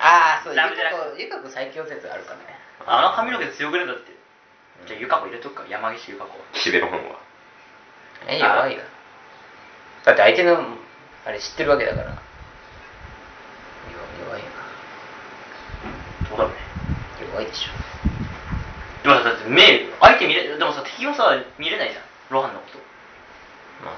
[SPEAKER 1] ああそうゆ
[SPEAKER 2] ラ
[SPEAKER 1] か
[SPEAKER 2] ブジェラ
[SPEAKER 1] こゆかこ最強説あるからね
[SPEAKER 2] あの髪の毛強くねえんだって。じゃあ、ゆかこ入れとくか、山岸ゆかこ。
[SPEAKER 3] 岸辺露伴は。
[SPEAKER 1] え弱いよだって相手のあれ知ってるわけだから弱弱いよ
[SPEAKER 2] どうだろうね。
[SPEAKER 1] な弱いでしょ
[SPEAKER 2] でもさ、だって目、相手見れ、でもさ、敵もさ、見れないじゃん。ロハンのこと。
[SPEAKER 1] まあ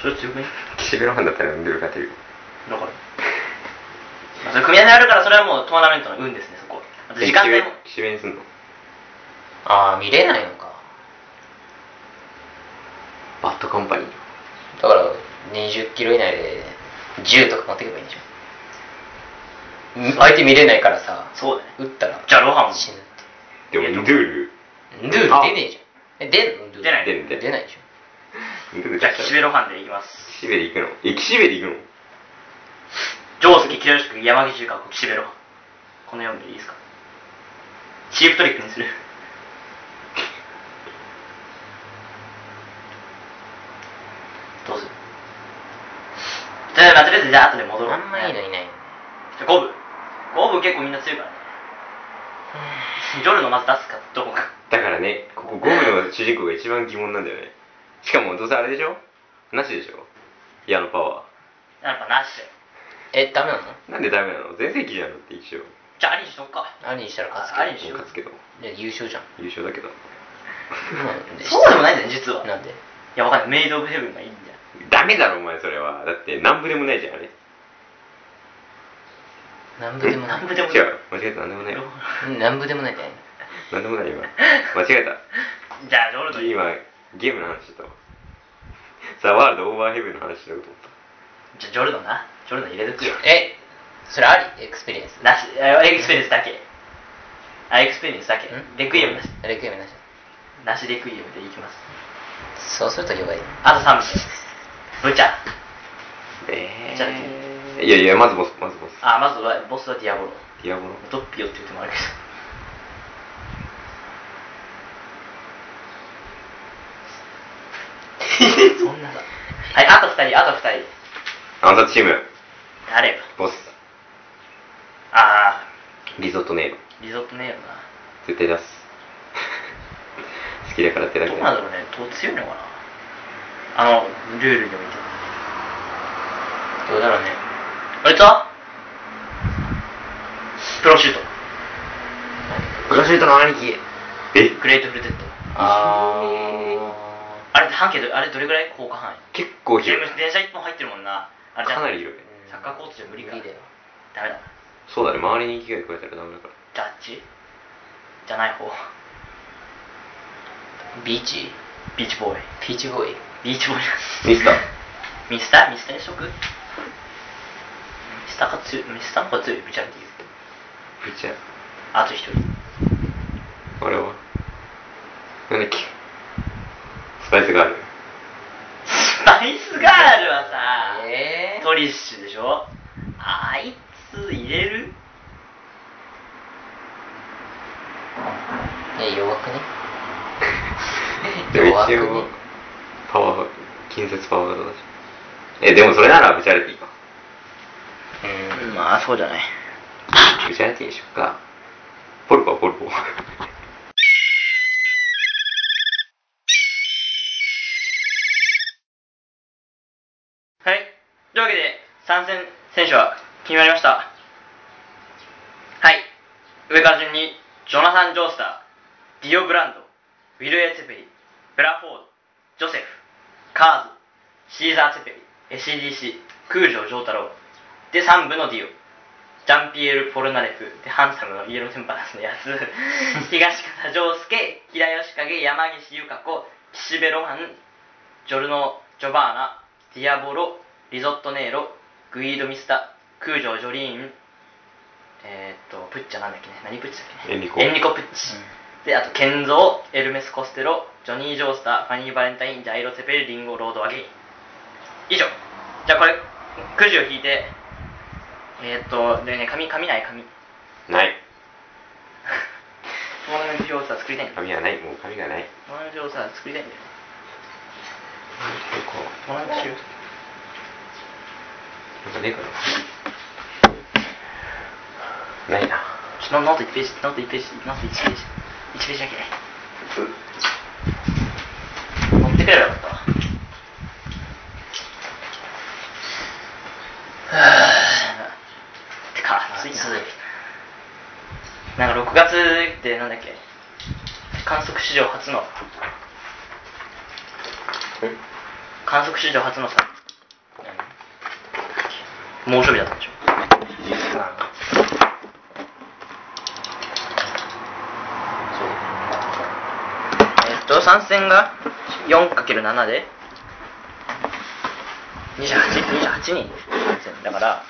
[SPEAKER 2] それ強くね
[SPEAKER 3] 岸辺露伴だったら何で勝てるよ。
[SPEAKER 2] だから。まあ、 それ組み合わせあるから、それはもうトーナメントの運ですね、そこは。あと時間帯も。
[SPEAKER 3] え岸辺岸辺にすんの
[SPEAKER 1] ああ見れないのか
[SPEAKER 3] バッドカンパニー。
[SPEAKER 1] だから2 0キロ以内で銃とか持ってけばいいんでしょん相手見れないからさ
[SPEAKER 2] そうだね。
[SPEAKER 1] 撃ったら
[SPEAKER 2] じゃあ、ロハンも。
[SPEAKER 1] 死ぬっ
[SPEAKER 3] でも、ドゥール。
[SPEAKER 1] てドゥー
[SPEAKER 3] あ
[SPEAKER 1] ル出ねえじゃんえ出んのドゥール
[SPEAKER 2] 出ない
[SPEAKER 3] 出るんだよ
[SPEAKER 1] 出ないでしょ
[SPEAKER 3] ドゥール
[SPEAKER 2] じゃあ、
[SPEAKER 3] 出しち
[SPEAKER 2] 岸
[SPEAKER 3] ゃ
[SPEAKER 2] 辺
[SPEAKER 3] う
[SPEAKER 2] ロハンでいきます。
[SPEAKER 3] 岸辺で行くのえ、岸辺で行くの
[SPEAKER 2] 上杉清志君山岸由香子岸辺露伴この4名でいいですかチープトリックにするどうするじゃあ、まあとりあえずじゃあ後で戻ろう
[SPEAKER 1] あんまいいのいないの
[SPEAKER 2] じゃあ五部五部結構みんな強いからねジョルのまず出すかどうか
[SPEAKER 3] だからね、ここゴムの主人公が一番疑問なんだよね。しかも、どうせあれでしょなしでしょ矢のパワ
[SPEAKER 2] やっぱなしで
[SPEAKER 1] えダメなの
[SPEAKER 3] ー。なんでダメなの全盛期じゃんだって一応。
[SPEAKER 2] じゃあありにしとくか
[SPEAKER 1] 何にしたら勝つけど
[SPEAKER 2] ありにしよう
[SPEAKER 3] 勝つけど。
[SPEAKER 1] で優勝じゃん
[SPEAKER 3] 優勝だけど。
[SPEAKER 1] なんで
[SPEAKER 2] そうでもないんだよ実はい
[SPEAKER 1] なんで
[SPEAKER 2] やわかんないメイド・オブ・ヘブンがいいんじゃん
[SPEAKER 3] ダメだろ、お前それは。だって、なんぶでもないじゃん、あれ。
[SPEAKER 1] なんぶでもない
[SPEAKER 2] なんぶでもない
[SPEAKER 3] 違う。間違えた、なんでもない。
[SPEAKER 1] うんなんぶでもないじゃない
[SPEAKER 3] なんでも ない、今。間違えた。
[SPEAKER 2] じゃあジョルのいい
[SPEAKER 3] 今、ゲームの話してたわ。ザ・ワールド・オーバー・ヘブンの話しようと思った。
[SPEAKER 2] じゃあジョルノなそういうの入れとくよ
[SPEAKER 1] えそれありエクスペリエンス
[SPEAKER 2] なしあエクスペリエンスだけあエクスペリエンスだけ
[SPEAKER 1] ん
[SPEAKER 2] レクイエムなし
[SPEAKER 1] レクイエムなし
[SPEAKER 2] なしレクイエムでいきます
[SPEAKER 1] そうするとヨガいい
[SPEAKER 2] あと3名ブチャ
[SPEAKER 3] え
[SPEAKER 2] じゃあ
[SPEAKER 3] ーいやいや、まずボス、まずボス。
[SPEAKER 2] あまずはボスはディアボロ
[SPEAKER 3] ディアボロ。
[SPEAKER 2] ドッピオって言うてもあるけどそんなさはいあと2人あと2人
[SPEAKER 3] 暗殺チーム、
[SPEAKER 2] 誰よ
[SPEAKER 3] ボス、
[SPEAKER 2] あ
[SPEAKER 3] リゾットネイロ。
[SPEAKER 2] あリゾットねえよな
[SPEAKER 3] 絶対出す。好きだからってだけ
[SPEAKER 2] どう
[SPEAKER 3] だ
[SPEAKER 2] なんだろうねどう強いのかなあのルールにおいてどうだろうねあいつはプロシュート
[SPEAKER 3] ブラシュートの兄貴。え
[SPEAKER 2] グレートフルデッド
[SPEAKER 1] あ
[SPEAKER 2] あれ半径どあれどれぐらい効果範囲
[SPEAKER 3] 結構
[SPEAKER 2] 電
[SPEAKER 3] 広い。
[SPEAKER 2] 電車1本入ってるもんなあれじゃ
[SPEAKER 3] かなり広い。
[SPEAKER 2] サッカーコートじゃ無理か
[SPEAKER 1] 無理だよ
[SPEAKER 2] ダメだ
[SPEAKER 3] そうだね、周りに勢い加えたらダメだから。
[SPEAKER 2] ジャッジじゃない方
[SPEAKER 1] ビーチ
[SPEAKER 2] ビーチボーイ
[SPEAKER 1] ピーチボーイ
[SPEAKER 2] ビーチボーイなんです
[SPEAKER 3] ミスター。
[SPEAKER 2] ミスターミスターにしとくミスターが強いミスターの方が強いブチャって言う
[SPEAKER 3] ブチャ。
[SPEAKER 2] あと一人
[SPEAKER 3] 俺は。なんだっけ。スパイスがある。
[SPEAKER 2] スパイスガールはさ、
[SPEAKER 1] えー
[SPEAKER 2] トリッシュでしょあいつ入れる
[SPEAKER 1] え弱 くね
[SPEAKER 3] でも
[SPEAKER 1] 弱
[SPEAKER 3] 一
[SPEAKER 1] くね
[SPEAKER 3] 応、パワー、近接パワードだし。え、でもそれならブチャレティか。
[SPEAKER 1] うん
[SPEAKER 2] まあそうじゃない
[SPEAKER 3] ブチャレティにしよっか。ポルポはポル ポ。
[SPEAKER 2] はいというわけで参戦選手は決まりましたはい上から順にジョナサン・ジョースターディオ・ブランドウィル・エツェペリブラフォードジョセフカーズシーザー・ツェペリ SCDC 空城城太郎で3部のディオジャンピエール・ポルナレフでハンサムのイエローテンパランスのや つ東方丈介平吉影山岸由香子岸辺露伴ジョルノ・ジョバーナディアボロリゾット・ネーログイード・ミスタ空城ジョリーンえー、っとプッチャなんだっけね何プッチャだっけね
[SPEAKER 3] エンリコ
[SPEAKER 2] エンリコ・プッチ、であとケンゾーエルメス・コステロジョニー・ジョースターファニー・バレンタインジャイロ・セペルリンゴ・ロード・アゲイン以上じゃあこれくじを引いてえー、っとでね紙紙ない紙ト
[SPEAKER 3] ない。
[SPEAKER 2] ーナメント表さ作りたいんだよ
[SPEAKER 3] 髪はない。もう髪がない。
[SPEAKER 2] トーナメント表さ作りたいんだよ
[SPEAKER 3] こう。
[SPEAKER 2] トーナメント表
[SPEAKER 3] なんかねえかな。ないな。
[SPEAKER 2] ちょノート1ページノート1ページノート1ページ1ページだけ持ってくればよかったわ てか暑いな
[SPEAKER 1] 暑い
[SPEAKER 2] なんか6月ってなんだっけ観測史上初の観測史上初のさ何猛暑日だったんでしょえっと3線が 4×7 で2828人だから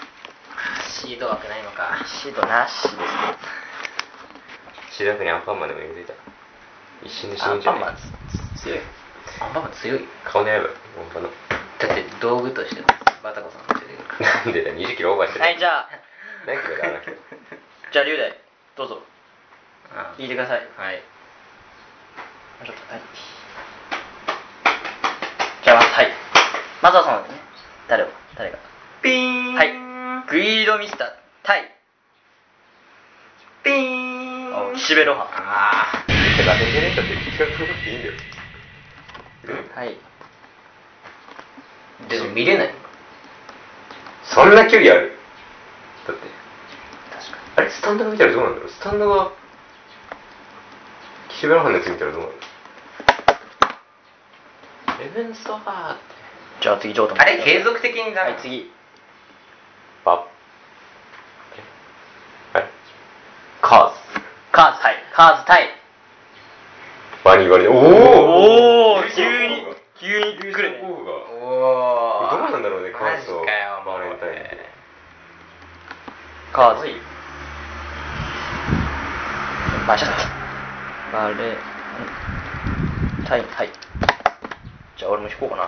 [SPEAKER 1] シード枠ないのか
[SPEAKER 2] シートなしですね
[SPEAKER 3] 白くにアンパンマンでも入れてた。一瞬で死
[SPEAKER 1] ア
[SPEAKER 3] ぬん
[SPEAKER 1] ン
[SPEAKER 3] じゃ
[SPEAKER 1] パ
[SPEAKER 3] な
[SPEAKER 1] ン
[SPEAKER 3] い
[SPEAKER 1] マン強いアンパンマン強い
[SPEAKER 3] 顔のやばい。本当の。
[SPEAKER 1] だって道具としてバタコさんも出てくるから
[SPEAKER 3] なんでだ、20キロオーバーしてる。
[SPEAKER 2] はいじゃあ
[SPEAKER 3] 何キロだ、あの人。
[SPEAKER 2] じゃあ龍大どうぞ
[SPEAKER 1] あ
[SPEAKER 2] 聞いてくださいちょ
[SPEAKER 1] はい
[SPEAKER 2] っとはいじゃあまずはいまずはそのね誰を誰が
[SPEAKER 1] ピーン
[SPEAKER 2] は
[SPEAKER 1] はいい
[SPEAKER 2] グイードミスター対
[SPEAKER 1] ピーン
[SPEAKER 2] 岸辺露伴
[SPEAKER 1] ああ
[SPEAKER 3] てか、全然ねえだって、企画っていいんだよ。
[SPEAKER 2] はい
[SPEAKER 1] でも見れない
[SPEAKER 3] そんな距離ある。だって、
[SPEAKER 1] 確か
[SPEAKER 3] あれ、スタンドが見たらどうなんだろう。スタンドが、岸辺露伴のやつ見たらどうなんだろう。ヘブンストファーって。
[SPEAKER 2] じゃあ次ジョータ
[SPEAKER 1] にあれ継続的にな
[SPEAKER 2] はい次
[SPEAKER 3] バッ。えあれカーズ。
[SPEAKER 2] カーズ対カーズ対
[SPEAKER 3] バニーバニー。お
[SPEAKER 2] お
[SPEAKER 3] お
[SPEAKER 2] おー急に急に来るね
[SPEAKER 3] どう
[SPEAKER 1] おお
[SPEAKER 3] なんだろうね、カーズと
[SPEAKER 1] マジか
[SPEAKER 3] バ
[SPEAKER 1] よもう
[SPEAKER 3] レンタインって。
[SPEAKER 1] カー
[SPEAKER 2] すご
[SPEAKER 1] ド
[SPEAKER 2] い
[SPEAKER 1] バシャッバレタイムはい
[SPEAKER 2] じゃあ俺も引こうかな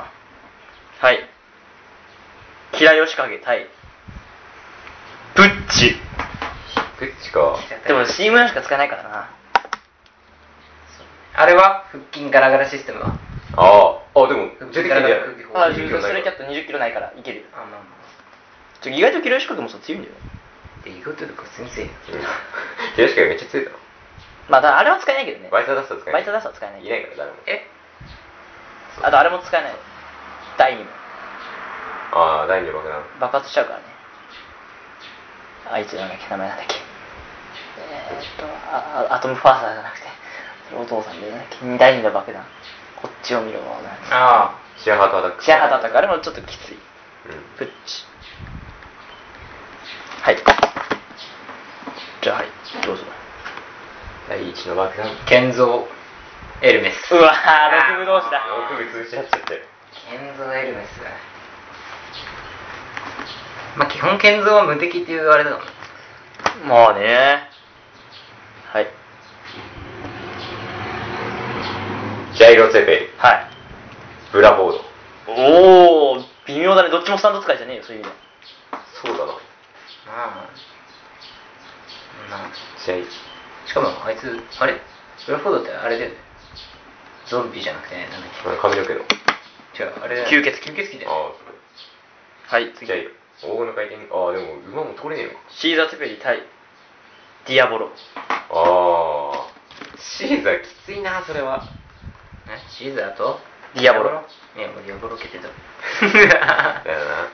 [SPEAKER 2] はい平吉影対プッチ
[SPEAKER 3] ペッチか。
[SPEAKER 2] でも CM しか使えないからな
[SPEAKER 1] あれは腹筋ガラガラシステムは
[SPEAKER 3] ああ。あ、でも、出てきてんじゃない
[SPEAKER 2] ああ
[SPEAKER 1] あ
[SPEAKER 2] スト
[SPEAKER 1] 重
[SPEAKER 2] レ
[SPEAKER 1] 量
[SPEAKER 2] キャット2 0キロないからいけるよ
[SPEAKER 1] あまあま
[SPEAKER 2] ちょ意外と平吉影もさ強いんだよ
[SPEAKER 1] あ意外とか先生
[SPEAKER 3] うん。平しかめっちゃ強いだろ。
[SPEAKER 2] まあだからあれは使えないけどね
[SPEAKER 3] バイトダスター使えな
[SPEAKER 2] バ
[SPEAKER 3] い。
[SPEAKER 2] イトダスター使えない
[SPEAKER 3] いないから、誰も。
[SPEAKER 1] え
[SPEAKER 2] あとあれも使えない第2も
[SPEAKER 3] ああ、第二の爆弾。
[SPEAKER 2] 爆発しちゃうからねあいつなんだっけ名前なんだっけえー、っとああアトムファーサーじゃなくてお父さんでなんだっけ第2の爆弾こっちを見ろなんだっ
[SPEAKER 1] あ
[SPEAKER 3] シェアハートアタッ
[SPEAKER 2] け
[SPEAKER 3] ク。
[SPEAKER 2] シェアハタとかあれもちょっときつい
[SPEAKER 3] うん。
[SPEAKER 2] プッチはいじゃあはいどうぞ
[SPEAKER 3] 第一の爆弾。
[SPEAKER 1] あ建造エルメス
[SPEAKER 2] うわー毒部同士だ
[SPEAKER 3] あー、首潰し合っちゃったよ。
[SPEAKER 1] 建造エルメスまあ基本建造は無敵っていうあれだもん
[SPEAKER 2] まあねはい
[SPEAKER 3] ジャイロツェペイ、
[SPEAKER 2] はい
[SPEAKER 3] ブラボード。
[SPEAKER 2] おお微妙だねどっちもスタンド使いじゃねえよそういう意味で
[SPEAKER 3] そうだな。
[SPEAKER 1] まあまあ
[SPEAKER 3] 試合。
[SPEAKER 1] しかもあいつあれブラフォードってあれだよねゾンビじゃなくてなんだっ
[SPEAKER 3] 髪の毛の。
[SPEAKER 1] け違うあれだよ
[SPEAKER 2] 吸血鬼
[SPEAKER 1] 吸血鬼だよ
[SPEAKER 3] ああ、
[SPEAKER 2] はい
[SPEAKER 3] ジャイロ。黄金の回転。ああ、でも、馬も通れねえのか。
[SPEAKER 2] シーザー・テペリ対ディアボロ
[SPEAKER 3] ああ。シーザーきついな、それは。
[SPEAKER 1] ねシーザーと
[SPEAKER 2] ディアボロ
[SPEAKER 1] いやもうディアボロ蹴ってた
[SPEAKER 3] だよな。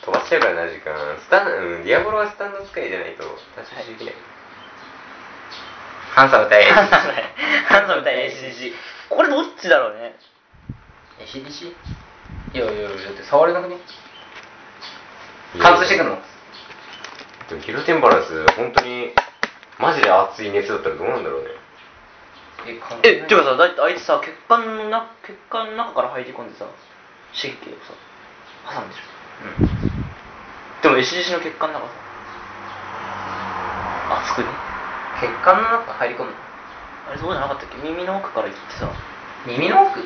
[SPEAKER 3] 飛ばしちゃうからな、時間。スタン、うん、ディアボロはスタンド使いじゃないと、脱出できない。
[SPEAKER 1] ハンサム対
[SPEAKER 2] ハンサム対 ACDC これどっちだろうね
[SPEAKER 1] ACDC? いやいやいやだって触れなくね貫通してくんの
[SPEAKER 3] でもヒルテンバランス、本当に、マジで熱い熱だったらどうなんだろうね。
[SPEAKER 1] え貫通
[SPEAKER 2] えっていうかさだってあいつさ血管のな血管の中から入り込んでさ神経をさ挟んでしょ
[SPEAKER 1] うん
[SPEAKER 2] でも ACDC の血管の中さ熱くね
[SPEAKER 1] 血管の中入り込むの
[SPEAKER 2] あれそうじゃなかったっけ耳の奥から行ってさ
[SPEAKER 1] 耳の奥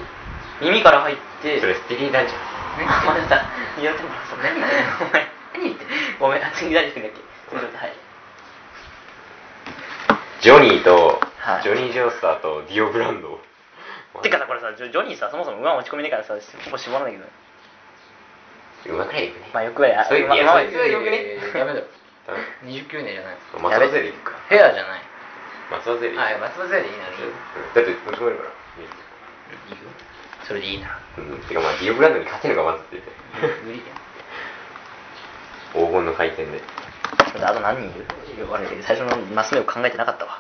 [SPEAKER 2] 耳から入って
[SPEAKER 3] それ、ステリーダンジョン。
[SPEAKER 2] あれだ苦手なの それ
[SPEAKER 1] 何言ってんの
[SPEAKER 2] ごめんごめ
[SPEAKER 1] 何言ってんの
[SPEAKER 2] んあ次誰してんだっけそれちょっとはい
[SPEAKER 3] ジョニーと、
[SPEAKER 2] はい
[SPEAKER 3] ジョニー・ジョースターとディオ・ブラン ド。
[SPEAKER 2] てかさこれさジョジョニーさそもそも馬持ち込みねえからさここ絞らないけど
[SPEAKER 3] うまくないよね。
[SPEAKER 2] まあよくはや
[SPEAKER 3] それ
[SPEAKER 2] まあ
[SPEAKER 3] いや
[SPEAKER 2] まあ
[SPEAKER 3] それそれよくね
[SPEAKER 1] えーやめだよ
[SPEAKER 3] ダメ
[SPEAKER 1] 20周年じゃない
[SPEAKER 3] 松葉ゼリー行くか。
[SPEAKER 1] ヘアじゃない
[SPEAKER 3] 松葉ゼリー。
[SPEAKER 1] はい松葉ゼリーいいならいいよ
[SPEAKER 3] うんだって、持ち込めるから。
[SPEAKER 1] いいよそれでいいな
[SPEAKER 3] うん、てかまあ、ディオ・ブランドに勝てるのがまずって言って。
[SPEAKER 1] 無理だよ
[SPEAKER 3] 黄金の回転で。
[SPEAKER 2] ちょっ とあと何人いる俺最初のマス目を考えてなかったわ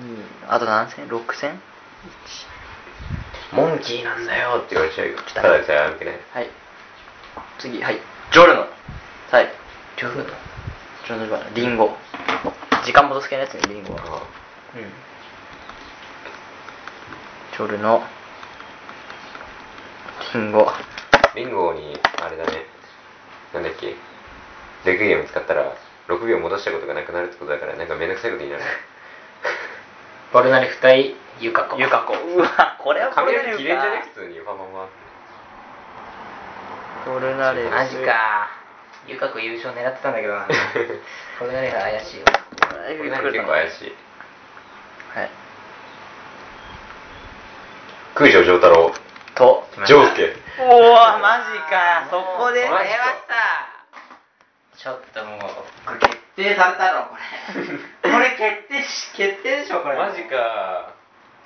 [SPEAKER 2] うんあと何千六千
[SPEAKER 3] モンキーなんだよって言われちゃうよ。
[SPEAKER 2] 来た
[SPEAKER 3] ただでさえ歩けない。
[SPEAKER 2] はい次はいジョルノはい
[SPEAKER 1] ジョルノ
[SPEAKER 2] ジョルノリンゴ時間戻す系のやつねリンゴは
[SPEAKER 3] あ
[SPEAKER 1] うん
[SPEAKER 2] ジョルノリンゴ
[SPEAKER 3] あリンゴに、あれだね。なんだっけ。レクイエム使ったら、6秒戻したことがなくなるってことだから、なんかめんどくさいことになる。
[SPEAKER 1] ボルナリフ対ユカコ
[SPEAKER 2] ユ カコうわこれはこ
[SPEAKER 3] 髪
[SPEAKER 2] れ
[SPEAKER 3] の毛切れんじゃね
[SPEAKER 2] か
[SPEAKER 3] 普通にパパマ
[SPEAKER 2] ボルナレフ
[SPEAKER 1] マジかユカコ優勝狙ってたんだけど なボルナリフ怪しいよ
[SPEAKER 2] ボルナレフ
[SPEAKER 3] これ
[SPEAKER 2] 来
[SPEAKER 3] な
[SPEAKER 2] るか
[SPEAKER 3] んか結
[SPEAKER 2] な
[SPEAKER 3] 構怪しい
[SPEAKER 2] はい
[SPEAKER 3] 空城城太郎
[SPEAKER 2] と
[SPEAKER 3] 城介
[SPEAKER 2] おおマジかそこで
[SPEAKER 1] これはさちょっともうこれ決 定されたろこれこれ決定し決定でしょこれ
[SPEAKER 3] マジか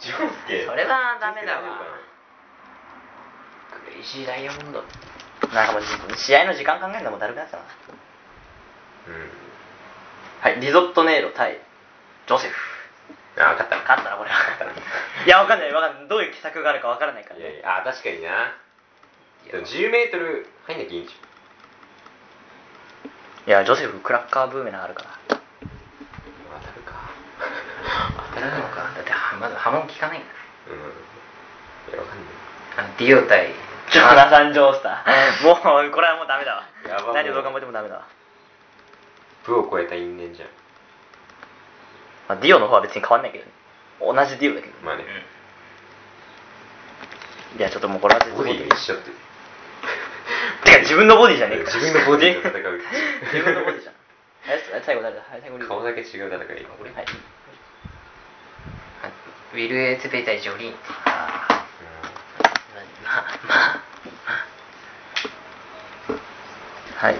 [SPEAKER 3] 城介
[SPEAKER 1] それはダメだわクレイジーダイヤモンド
[SPEAKER 2] なんかもう試合の時間考えるのもだるくなってたな
[SPEAKER 3] うん
[SPEAKER 2] はいリゾットネイロ対ジョセフ
[SPEAKER 3] あ分かった
[SPEAKER 2] 勝ったなこれは勝ったいやわかんないわかんないどういう奇策があるかわからないから
[SPEAKER 3] い
[SPEAKER 2] ね
[SPEAKER 3] やいやあ確かになでも10メートル入んなきゃいいんち
[SPEAKER 2] いやジョセフクラッカーブーメランあるから
[SPEAKER 3] ゅ当たるか
[SPEAKER 1] 当たるのかだってはまだ波紋効かないか
[SPEAKER 3] うんいやわかんない
[SPEAKER 1] らあのディオ対
[SPEAKER 2] ジョナサン・ジョースターもうこれはもうダメだわ
[SPEAKER 3] やば
[SPEAKER 2] 何をどう頑張ってもダメだわ
[SPEAKER 3] 部を超えた因縁じゃん
[SPEAKER 2] まあ、ディオの方は別に変わんないけどね同じディオだけど、
[SPEAKER 3] まあね
[SPEAKER 2] うんいやちょっともうこれは絶
[SPEAKER 3] ボディが一緒って
[SPEAKER 2] てか自分のボディじゃねえか
[SPEAKER 3] 自分のボディと戦う
[SPEAKER 2] 自分のボディじゃんあれあれ最後誰だあれ最後リー
[SPEAKER 3] 顔
[SPEAKER 2] ダー
[SPEAKER 3] だけ違う戦い
[SPEAKER 1] 俺
[SPEAKER 2] はい
[SPEAKER 1] あウィル・エイズベイ対ジョリーン
[SPEAKER 2] あ
[SPEAKER 3] う
[SPEAKER 1] まあまあ
[SPEAKER 2] ーはい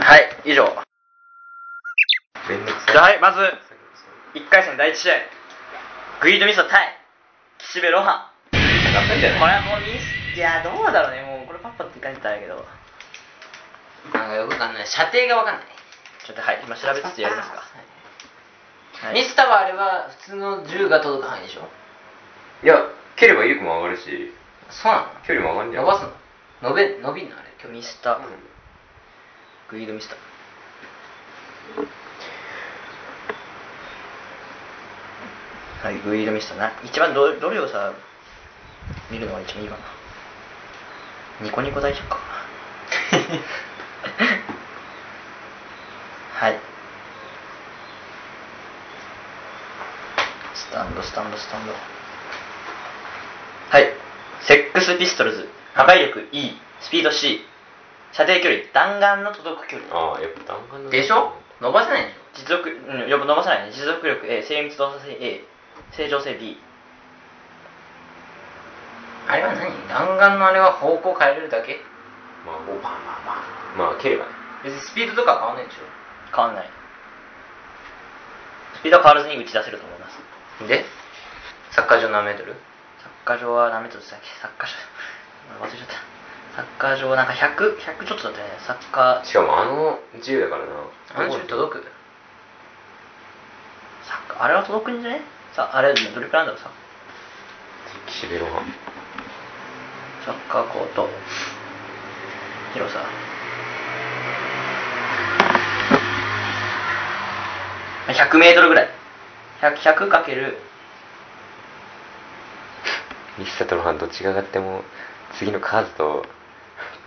[SPEAKER 2] はい以上
[SPEAKER 3] んめんどく
[SPEAKER 2] じゃあ
[SPEAKER 3] さい
[SPEAKER 2] はいまず1回戦第1試合グイードミソ対岸辺露伴
[SPEAKER 3] なったんじゃ
[SPEAKER 2] これは
[SPEAKER 3] ない
[SPEAKER 2] もうミスいやどうだろうねもうこれパッパって書いてたらあれだけど
[SPEAKER 1] なんかよくわかんない射程がわかんない
[SPEAKER 2] ちょっとはい今調べつつやりますか、はい、
[SPEAKER 1] ミスターはあれは普通の銃が届く範囲でしょ
[SPEAKER 3] いや蹴れば威力も上がるし
[SPEAKER 1] そう
[SPEAKER 3] 距離も上がるんじ
[SPEAKER 1] なの
[SPEAKER 3] ゃ
[SPEAKER 1] 伸
[SPEAKER 3] ん
[SPEAKER 1] ばすの伸べ伸びんのあれ距離
[SPEAKER 2] ミスタ
[SPEAKER 3] うん
[SPEAKER 2] グイードミスタはいグイードミスタな一番どどれをさ見るのが一番いいかなニコニコ大百科はいスタンドスタンドスタンドはいセックスピストルズ破壊力 E スピード C 射程距離弾丸の届く距離
[SPEAKER 3] ああやっぱ弾丸の
[SPEAKER 1] でしょ伸ばせないでしょ
[SPEAKER 2] 持続うんよく伸ばさないね持続力 A 精密動作性 A 正常性 B
[SPEAKER 1] あれは何弾丸のあれは方向変えれるだけ
[SPEAKER 3] まあもうパンパンパンまあ蹴ればね
[SPEAKER 1] 別にスピードとかは変わんないでしょ
[SPEAKER 2] 変わんないスピードは変わらずに打ち出せると思います
[SPEAKER 1] でサッカー場何メートル
[SPEAKER 2] サッカー場は何メートルでしたっけサッカー場忘れちゃったサッカー場はなんか100100ちょっとだったよねサッカー
[SPEAKER 3] しかもあの銃だからな
[SPEAKER 1] あの銃届く
[SPEAKER 2] サッカーあれは届くんじゃねさあれどれくらいなんだろうサ
[SPEAKER 3] 岸辺露伴
[SPEAKER 2] サッカーコート広さ100メートルぐらい100 100かける
[SPEAKER 3] ミスタと露伴どっちが上がっても次のカーズと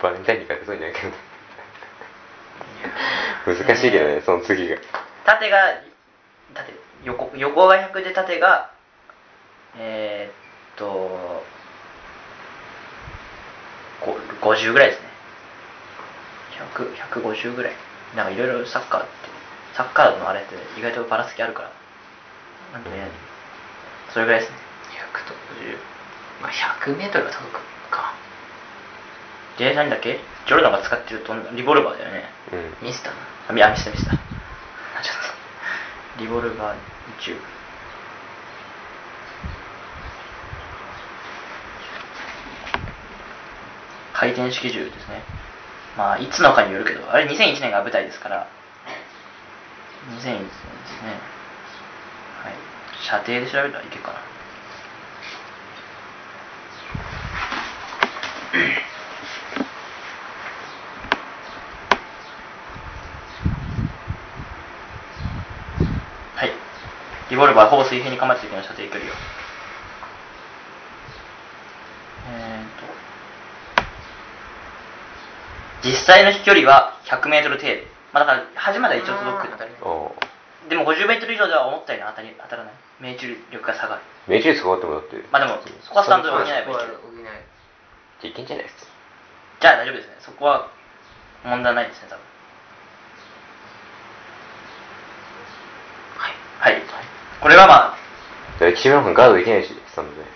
[SPEAKER 3] バレンタインに勝てそうにないけど難しいけどね、その次が
[SPEAKER 2] 縦が縦横横が100で縦がえー、っとこ50ぐらいですね100 150ぐらいなんかいろいろサッカーってサッカーのあれって意外とばらつきあるからなんかねそれぐらいですね
[SPEAKER 1] 100とまあ100メートルは届くか
[SPEAKER 2] で何だっけジョルダンが使ってるどんなリボルバーだよね
[SPEAKER 3] うん
[SPEAKER 1] ミスターな
[SPEAKER 2] あみあ見せた見せたあちょっとリボルバー1回転式銃ですねまあいつのかによるけどあれ2001年が舞台ですから2001年ですねはい射程で調べたらいけるかなはいリボルバーほぼ水平に構えた時の射程距離をえーと実際の飛距離は 100m 程度、まあ、だから端までは一応届く
[SPEAKER 1] あー当たるね
[SPEAKER 3] ああ
[SPEAKER 2] でも 50m 以上では思ったより当たり当たらない命中力が下がる
[SPEAKER 3] 命中率変わってもだって
[SPEAKER 2] まあでもそこはスタンドで補えばいいけど
[SPEAKER 1] そこは補えない
[SPEAKER 3] じゃあいけんじゃないですか
[SPEAKER 2] じゃあ大丈夫ですねそこは問題ないですね多分
[SPEAKER 1] はい
[SPEAKER 2] はい、これはまあ
[SPEAKER 3] だから岸辺露伴ガードできないしスタンドで
[SPEAKER 2] うん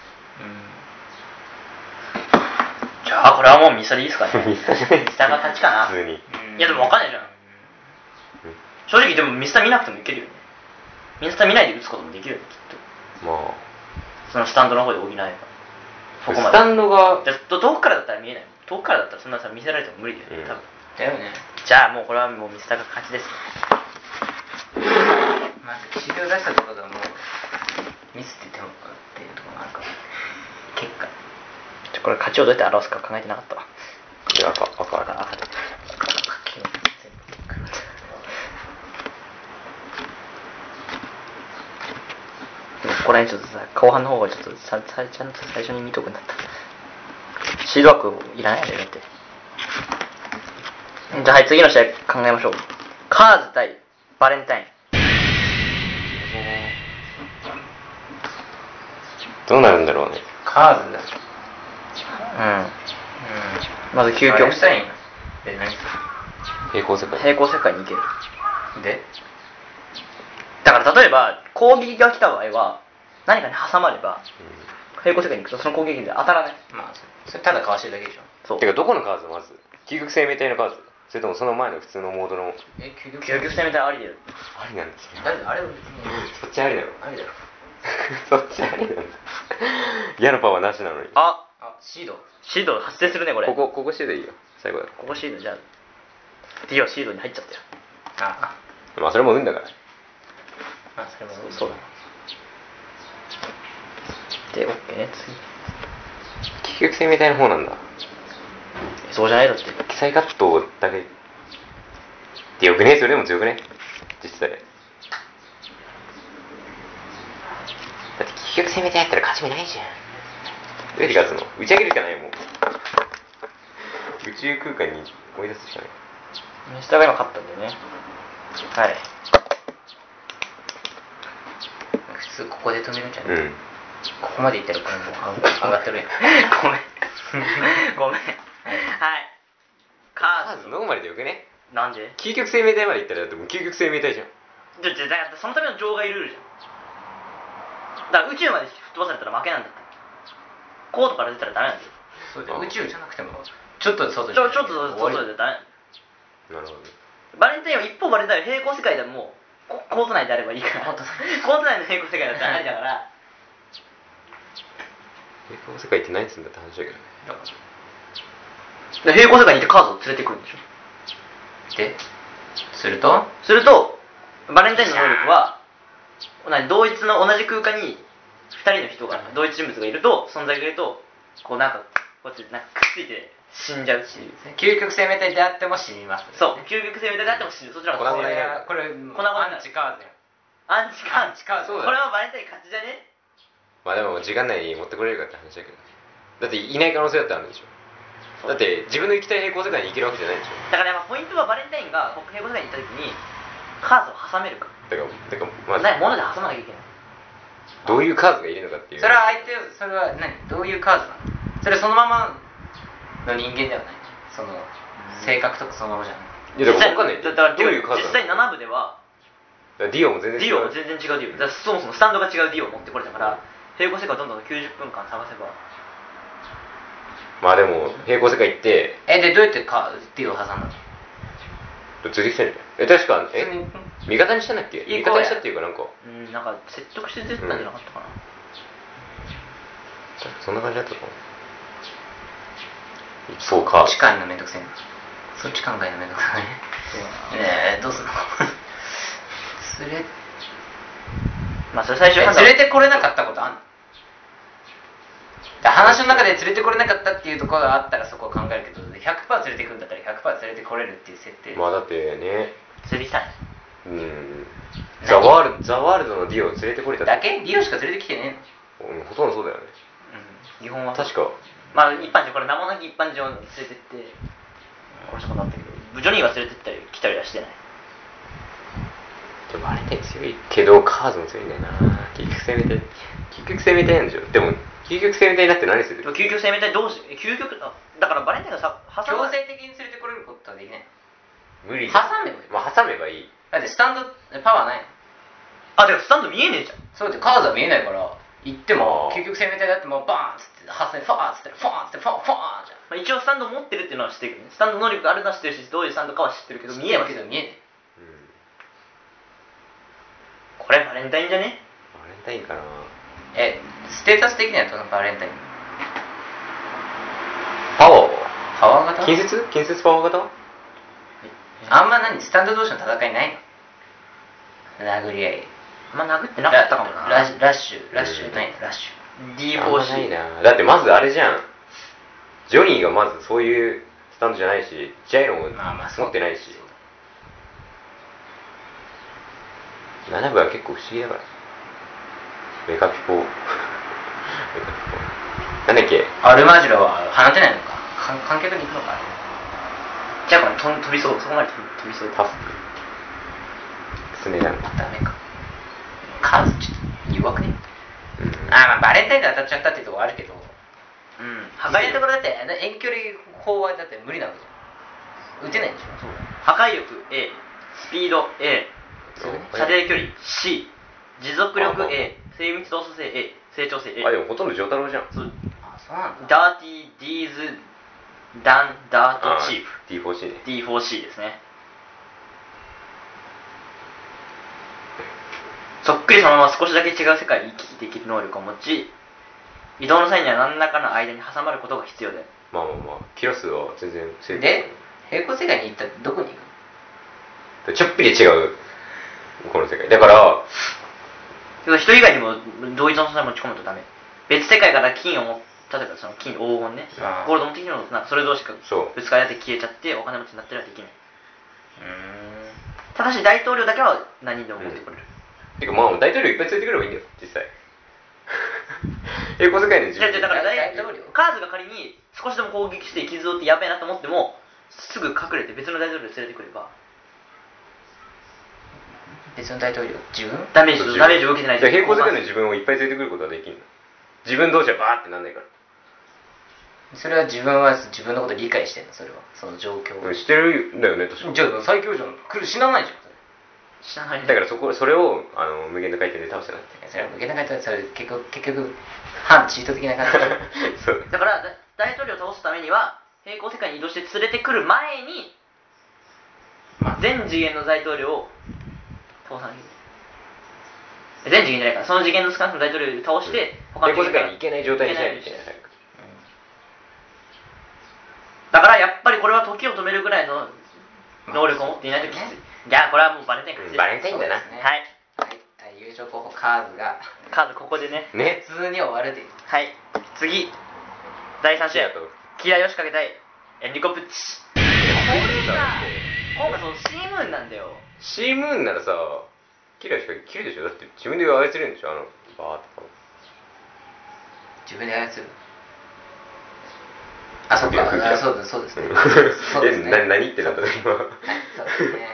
[SPEAKER 2] じゃあこれはもうミサでいいですか ね
[SPEAKER 3] ミサじゃない
[SPEAKER 2] ミサが勝ちかな
[SPEAKER 3] 普通に
[SPEAKER 2] いやでも分かんないじゃん正直でもミスタ見なくてもいけるよねミスタ見ないで打つこともできるよねきっ
[SPEAKER 3] ま
[SPEAKER 2] とそのスタンドの方で補えばそこ
[SPEAKER 3] あス
[SPEAKER 2] まで
[SPEAKER 3] タンドが
[SPEAKER 2] じゃあど遠くからだったら見えないもん遠くからだったらそんなさ見せられても無理だよね、
[SPEAKER 3] うん
[SPEAKER 2] 多分
[SPEAKER 1] だよね
[SPEAKER 2] じゃあもうこれはもうミスタが勝ちです
[SPEAKER 1] まず岸辺を出したところがもうミスって言ってもらっていうところもあるから結果
[SPEAKER 2] ちょこれ勝ちをどうやって表すか考えてなかったわ
[SPEAKER 3] で赤赤赤
[SPEAKER 2] 赤赤これちょっとさ後半の方がちょっとささちゃんと最初に見とくんだったシード枠いらないあれだってじゃあはい、次の試合考えましょう。カーズ対バレンタイン。
[SPEAKER 3] どうなるんだろうね。
[SPEAKER 1] カーズだ
[SPEAKER 2] うん。
[SPEAKER 1] うん
[SPEAKER 2] まず究
[SPEAKER 1] 究
[SPEAKER 2] 極
[SPEAKER 1] 極
[SPEAKER 2] し
[SPEAKER 1] したた
[SPEAKER 2] い
[SPEAKER 1] いえ何
[SPEAKER 3] 平行世界。
[SPEAKER 2] 平行世界に行ける。
[SPEAKER 1] で
[SPEAKER 2] だから例えば、攻撃が来た場合は、何かに挟まれば、平行世界に行くとその攻撃で当たらない。
[SPEAKER 1] まあそれただかわしてるだけでしょ
[SPEAKER 2] そう。
[SPEAKER 3] てか、どこのカーズまず究極生命体のカーズそれともその前の普通のモードの
[SPEAKER 1] え究極
[SPEAKER 2] 究極戦みたいなありで。
[SPEAKER 3] ありなんですよ。
[SPEAKER 1] だってあれは別に
[SPEAKER 3] そっちありだろ。
[SPEAKER 1] あれだろ
[SPEAKER 3] そっちありなんだ。矢のパワーなしなのに。
[SPEAKER 2] あ、
[SPEAKER 1] あシード
[SPEAKER 2] シード発生するね、これ。
[SPEAKER 3] ここ、ここしてでいいよ。最後だか
[SPEAKER 2] ここシードじゃあ、ディオシードに入っち ゃったよ。
[SPEAKER 1] あ
[SPEAKER 3] ら。まあ、それも運だから。
[SPEAKER 1] あそれも
[SPEAKER 2] そうだ。で、オッケーね、
[SPEAKER 3] 究極生命体の方なんだ。
[SPEAKER 2] 次。えそうじゃないだって。
[SPEAKER 3] 記載カットだけ。でよくねそれでも強くね実際。だって究極生命体やったら勝ち目ないじゃん。どうやって勝つの打ち上げるしかないもん。宇宙空間に追い出すしかない。
[SPEAKER 2] ミスターが今勝ったんだよね。はい。
[SPEAKER 1] 普通ここで止めるんじゃない、
[SPEAKER 3] うん。
[SPEAKER 1] ここまでいったらこれもう上がってるやん
[SPEAKER 2] ごめん。ごめん。はい。カー
[SPEAKER 3] まず
[SPEAKER 2] ズ。
[SPEAKER 3] ノーマルでよくね
[SPEAKER 2] なんで
[SPEAKER 3] 究極生命体まで行ったらだってもう究極生命体じゃん。
[SPEAKER 2] じゃ、じゃ、だからそのための場外ルールじゃん。だから宇宙まで吹っ飛ばされたら負けなんだって。コートから出たらダメなんだよ。
[SPEAKER 1] そうだよ宇宙じゃなくてもちょっと外
[SPEAKER 2] ちょ、ちょっとそうそうそうじゃダメ。
[SPEAKER 3] なるほどね。
[SPEAKER 2] バレンタインは一方バレンタインは平行世界でもうこコート内であればいいから
[SPEAKER 1] コ
[SPEAKER 2] コート
[SPEAKER 1] ート内
[SPEAKER 2] 内の平行世界だったらありだから
[SPEAKER 3] 平行世界って何するんだって話だけど
[SPEAKER 2] で
[SPEAKER 3] ね。
[SPEAKER 2] 平行世界に行ってカードを連れてくるんでしょ
[SPEAKER 1] でするとあ
[SPEAKER 2] するとバレンタインの能力は同じ同一の同じ空間に2人の人が同一人物がいると存在がいるとこうなんかこっちなんかくっついて死んじゃうし
[SPEAKER 1] 究極生命体であっても死にます
[SPEAKER 2] そう究極生命体であっても死ぬそっちの
[SPEAKER 1] こ
[SPEAKER 2] 方
[SPEAKER 1] れ
[SPEAKER 2] が
[SPEAKER 3] 粉々になる
[SPEAKER 1] は
[SPEAKER 2] 粉々になる
[SPEAKER 1] これアンチカーズや
[SPEAKER 2] アン
[SPEAKER 1] ん
[SPEAKER 2] チカード
[SPEAKER 1] アンチカード
[SPEAKER 2] これはバレンタイン勝ちじゃね
[SPEAKER 3] まあでも時間内に持ってこれるかって話だけどね。だっていない可能性だってあるんでしょ。だって自分の行きたい平行世界に行けるわけじゃないでしょ。
[SPEAKER 2] だからやっぱポイントはバレンタインが平行世界に行った時にカードを挟めるか
[SPEAKER 3] だから、だから
[SPEAKER 2] ないも
[SPEAKER 3] まあ、
[SPEAKER 2] ので挟まなきゃいけない
[SPEAKER 3] どういうカーズがいるのかっていう。
[SPEAKER 1] それは相手をそれは何どういうカードなのそれそのままの人間ではないその性格とかそのままじゃない
[SPEAKER 3] いや、だか
[SPEAKER 2] だから
[SPEAKER 3] ら分かんないって。どういうカーズ
[SPEAKER 2] 実
[SPEAKER 3] な
[SPEAKER 2] 際7部
[SPEAKER 3] の
[SPEAKER 2] では
[SPEAKER 3] だからディオも全
[SPEAKER 2] デ
[SPEAKER 3] 然
[SPEAKER 2] ィオ
[SPEAKER 3] 違う。
[SPEAKER 2] 全然違うディオだからそもそもスタンドが違うディオを持ってこれたから平行世界をどんどん90分間探せば
[SPEAKER 3] まあでも、平行世界行って、
[SPEAKER 1] えでどうやってカードディオを挟んだの
[SPEAKER 3] 連れてきたんじゃないえ、確か、え味
[SPEAKER 1] うん
[SPEAKER 3] 方にしたんだっけ
[SPEAKER 1] いい
[SPEAKER 3] 味
[SPEAKER 1] 子や
[SPEAKER 3] 方にしたっていうかなんか、
[SPEAKER 2] うんなんか説得して出てたんじゃなかったかな、
[SPEAKER 3] そんな感じだったかな。そうか
[SPEAKER 1] そっ。ち考えるのめんどくせえなそっち考えるのめんどくさいね
[SPEAKER 2] そうだ
[SPEAKER 1] えー、どうすんの連れ
[SPEAKER 2] まあそれ最終判断
[SPEAKER 1] え連れてこれなかったことあんの話の中で連れてこれなかったっていうところがあったらそこを考えるけど100%連れてくんだったら100%連れてこれるっていう設定、
[SPEAKER 3] まあだってね、
[SPEAKER 2] 連れてきたん
[SPEAKER 3] うん。ザワールド、ザワールドのディオを連れてこれた
[SPEAKER 1] だけリオしか連れてきてね
[SPEAKER 3] うんほとんどそうだよね。
[SPEAKER 2] うん日本は
[SPEAKER 3] 確か、
[SPEAKER 2] まあ一般人これ名もなき一般人を連れてって殺したことあったけどジョニーは連れてったり来たりはしてない
[SPEAKER 3] でもあれね、強いけど、カーズも強いんだよな。究極生命体、究極生命体なんでしょ。でも、究極生命体になって何す
[SPEAKER 2] で
[SPEAKER 3] る
[SPEAKER 2] も究極生命体同士え究極あだからバレンタインがさ
[SPEAKER 1] え
[SPEAKER 2] 挟ま
[SPEAKER 1] の強
[SPEAKER 2] ない
[SPEAKER 1] 制的に連れてこれることはできない
[SPEAKER 3] 無理。
[SPEAKER 1] 挟めばいい
[SPEAKER 3] まあ、挟めばいい。
[SPEAKER 1] だってスタンドパワーないの
[SPEAKER 2] あでもスタンド見えねえじゃん
[SPEAKER 1] そうってカーズは見えないから行って
[SPEAKER 3] あ
[SPEAKER 1] も
[SPEAKER 3] ー
[SPEAKER 1] 究極生命体だってもうバーンっつって発生ファーっつってファーっつってファーファーじ
[SPEAKER 2] まあ、一応
[SPEAKER 1] ゃん
[SPEAKER 2] スタンド持ってるっていうのは知ってるけどねスタンド能力があるのは知ってるしどういうスタンドかは知ってるけど見えは
[SPEAKER 1] け
[SPEAKER 2] しない
[SPEAKER 1] ど見え
[SPEAKER 3] うん。
[SPEAKER 1] ない
[SPEAKER 2] これバレンタインじゃね
[SPEAKER 3] バレンタインかな。
[SPEAKER 1] えステータス的にはそのバレンタイン
[SPEAKER 3] パワー
[SPEAKER 1] パワー型
[SPEAKER 3] 近接近接パワー型
[SPEAKER 1] あんま何スタンド同士の戦いないの殴り合い
[SPEAKER 2] あんま殴ってなかったかもな
[SPEAKER 1] ラララッシュラッシュないのラッシュ
[SPEAKER 2] D4C
[SPEAKER 3] あんまないな。だってまずあれじゃん。ジョニーがまずそういうスタンドじゃないし、ジャイロも
[SPEAKER 1] まあまあそう
[SPEAKER 3] 持ってないし。7部は結構不思議だから。メカピコ。メカピコ。なんだっけ
[SPEAKER 1] アルマジロは放てないのかか観客に行くのか
[SPEAKER 2] じゃあこれ飛ん飛びそうそこまで飛び飛びそう
[SPEAKER 3] パスすねじゃん
[SPEAKER 1] ダメかカズちょっと弱くね
[SPEAKER 3] うん
[SPEAKER 1] あーまあバレンタインで当たっちゃったっていうところあるけど
[SPEAKER 2] うん破
[SPEAKER 1] バレ
[SPEAKER 2] 壊
[SPEAKER 1] ンタインのと
[SPEAKER 2] 力
[SPEAKER 1] ころだってあの遠距離砲はだって無理なわけじゃん打てないんでしょ
[SPEAKER 2] 破壊力 A スピード A
[SPEAKER 3] そう
[SPEAKER 2] 射程距離 C 持続力
[SPEAKER 3] あ
[SPEAKER 2] A 精密動作性 A 成長性 A
[SPEAKER 3] あでもほとんど丈太郎じゃん
[SPEAKER 2] そう
[SPEAKER 1] あそうなん
[SPEAKER 2] ダ
[SPEAKER 1] だ
[SPEAKER 2] ーティーディーズダンダートチープ
[SPEAKER 3] あー T4C ね
[SPEAKER 2] D4C ですねそっくりそのまま少しだけ違う世界に行き来できる能力を持ち移動の際には何らかの間に挟まることが必要で
[SPEAKER 3] まあまあまあキロ数は全然正確
[SPEAKER 1] で平行世界に行ったらどこに行くの
[SPEAKER 3] ちょっぴり違うこの世界だから
[SPEAKER 2] けど人以外にも同一の素材持ち込むとダメ別世界から金を持っ例えばその金黄金ね
[SPEAKER 1] あー
[SPEAKER 2] ゴールド持ってきてもなんかそれ同士が
[SPEAKER 3] そう
[SPEAKER 2] ぶつかり合って消えちゃってお金持ちになったりはできないう
[SPEAKER 1] ーん
[SPEAKER 2] ただし大統領だけは何人でも持ってこれる、
[SPEAKER 3] てかまあ大統領いっぱいついてくればいいんだよ実際英語世界の自
[SPEAKER 2] じゃあ
[SPEAKER 3] 分
[SPEAKER 2] じゃあだから大
[SPEAKER 1] 大
[SPEAKER 2] 統
[SPEAKER 1] 統
[SPEAKER 2] 領
[SPEAKER 1] 領
[SPEAKER 2] カーズが仮に少しでも攻撃して傷を負ってやべえなと思ってもすぐ隠れて別の大統領を連れてくれば
[SPEAKER 1] 別の大統領自分
[SPEAKER 2] ダメージ
[SPEAKER 3] そう
[SPEAKER 2] ダメージを受けてない
[SPEAKER 3] じゃあ平行世界の
[SPEAKER 2] 交換
[SPEAKER 3] 自分をいっぱい連れてくることはできんの自分同士はバーってなんないから
[SPEAKER 1] それは自分は自分のこと理解してんのそれはその状況を、
[SPEAKER 3] うんしてるんだよね確か
[SPEAKER 1] じゃあ最強じゃん来る死なないじゃんそれ
[SPEAKER 2] 知らない
[SPEAKER 3] だからそこそれをあの無限の回転で倒したなっ て
[SPEAKER 1] それは受けなかったらそれ結局結局反チート的 な感じ
[SPEAKER 3] そう
[SPEAKER 2] だからだ大統領を倒すためには平行世界に移動して連れてくる前に
[SPEAKER 1] まあ
[SPEAKER 2] 全次元の大統領を倒さなきゃいけない全次元じゃないからその次元の少なくとも大統領を倒して、他
[SPEAKER 3] 平
[SPEAKER 2] の
[SPEAKER 3] 行
[SPEAKER 2] 次
[SPEAKER 3] 世
[SPEAKER 2] 元
[SPEAKER 3] 界に行けない状態にしないといけない早く
[SPEAKER 2] だからやっぱりこれは時を止めるぐらいの能力を持っていないときつい、
[SPEAKER 1] まあそう
[SPEAKER 2] じゃあこれはもうバレンタイン
[SPEAKER 3] う
[SPEAKER 2] 勝
[SPEAKER 3] ん
[SPEAKER 2] ち
[SPEAKER 3] バレンタインだな
[SPEAKER 1] そうですね
[SPEAKER 2] はい
[SPEAKER 1] はい優勝候補カーズが
[SPEAKER 2] カードここでね
[SPEAKER 3] ね
[SPEAKER 1] 普通に終わるで
[SPEAKER 2] はい次第3試合
[SPEAKER 3] あと
[SPEAKER 2] キラヨシかけたいエンリコ・プッチ俺さ今回そのシームーンなんだよ
[SPEAKER 3] シームーンならさキラしかキるでしょだって自分で操れるんでしょあのバーってこう
[SPEAKER 1] 自分で操るあそっ
[SPEAKER 3] いや
[SPEAKER 1] か
[SPEAKER 3] 空気だ
[SPEAKER 1] あそうだそうですね
[SPEAKER 3] うん
[SPEAKER 1] そうです
[SPEAKER 3] え
[SPEAKER 1] ね
[SPEAKER 3] な何ってなったの
[SPEAKER 1] はい
[SPEAKER 3] 今
[SPEAKER 1] そうですね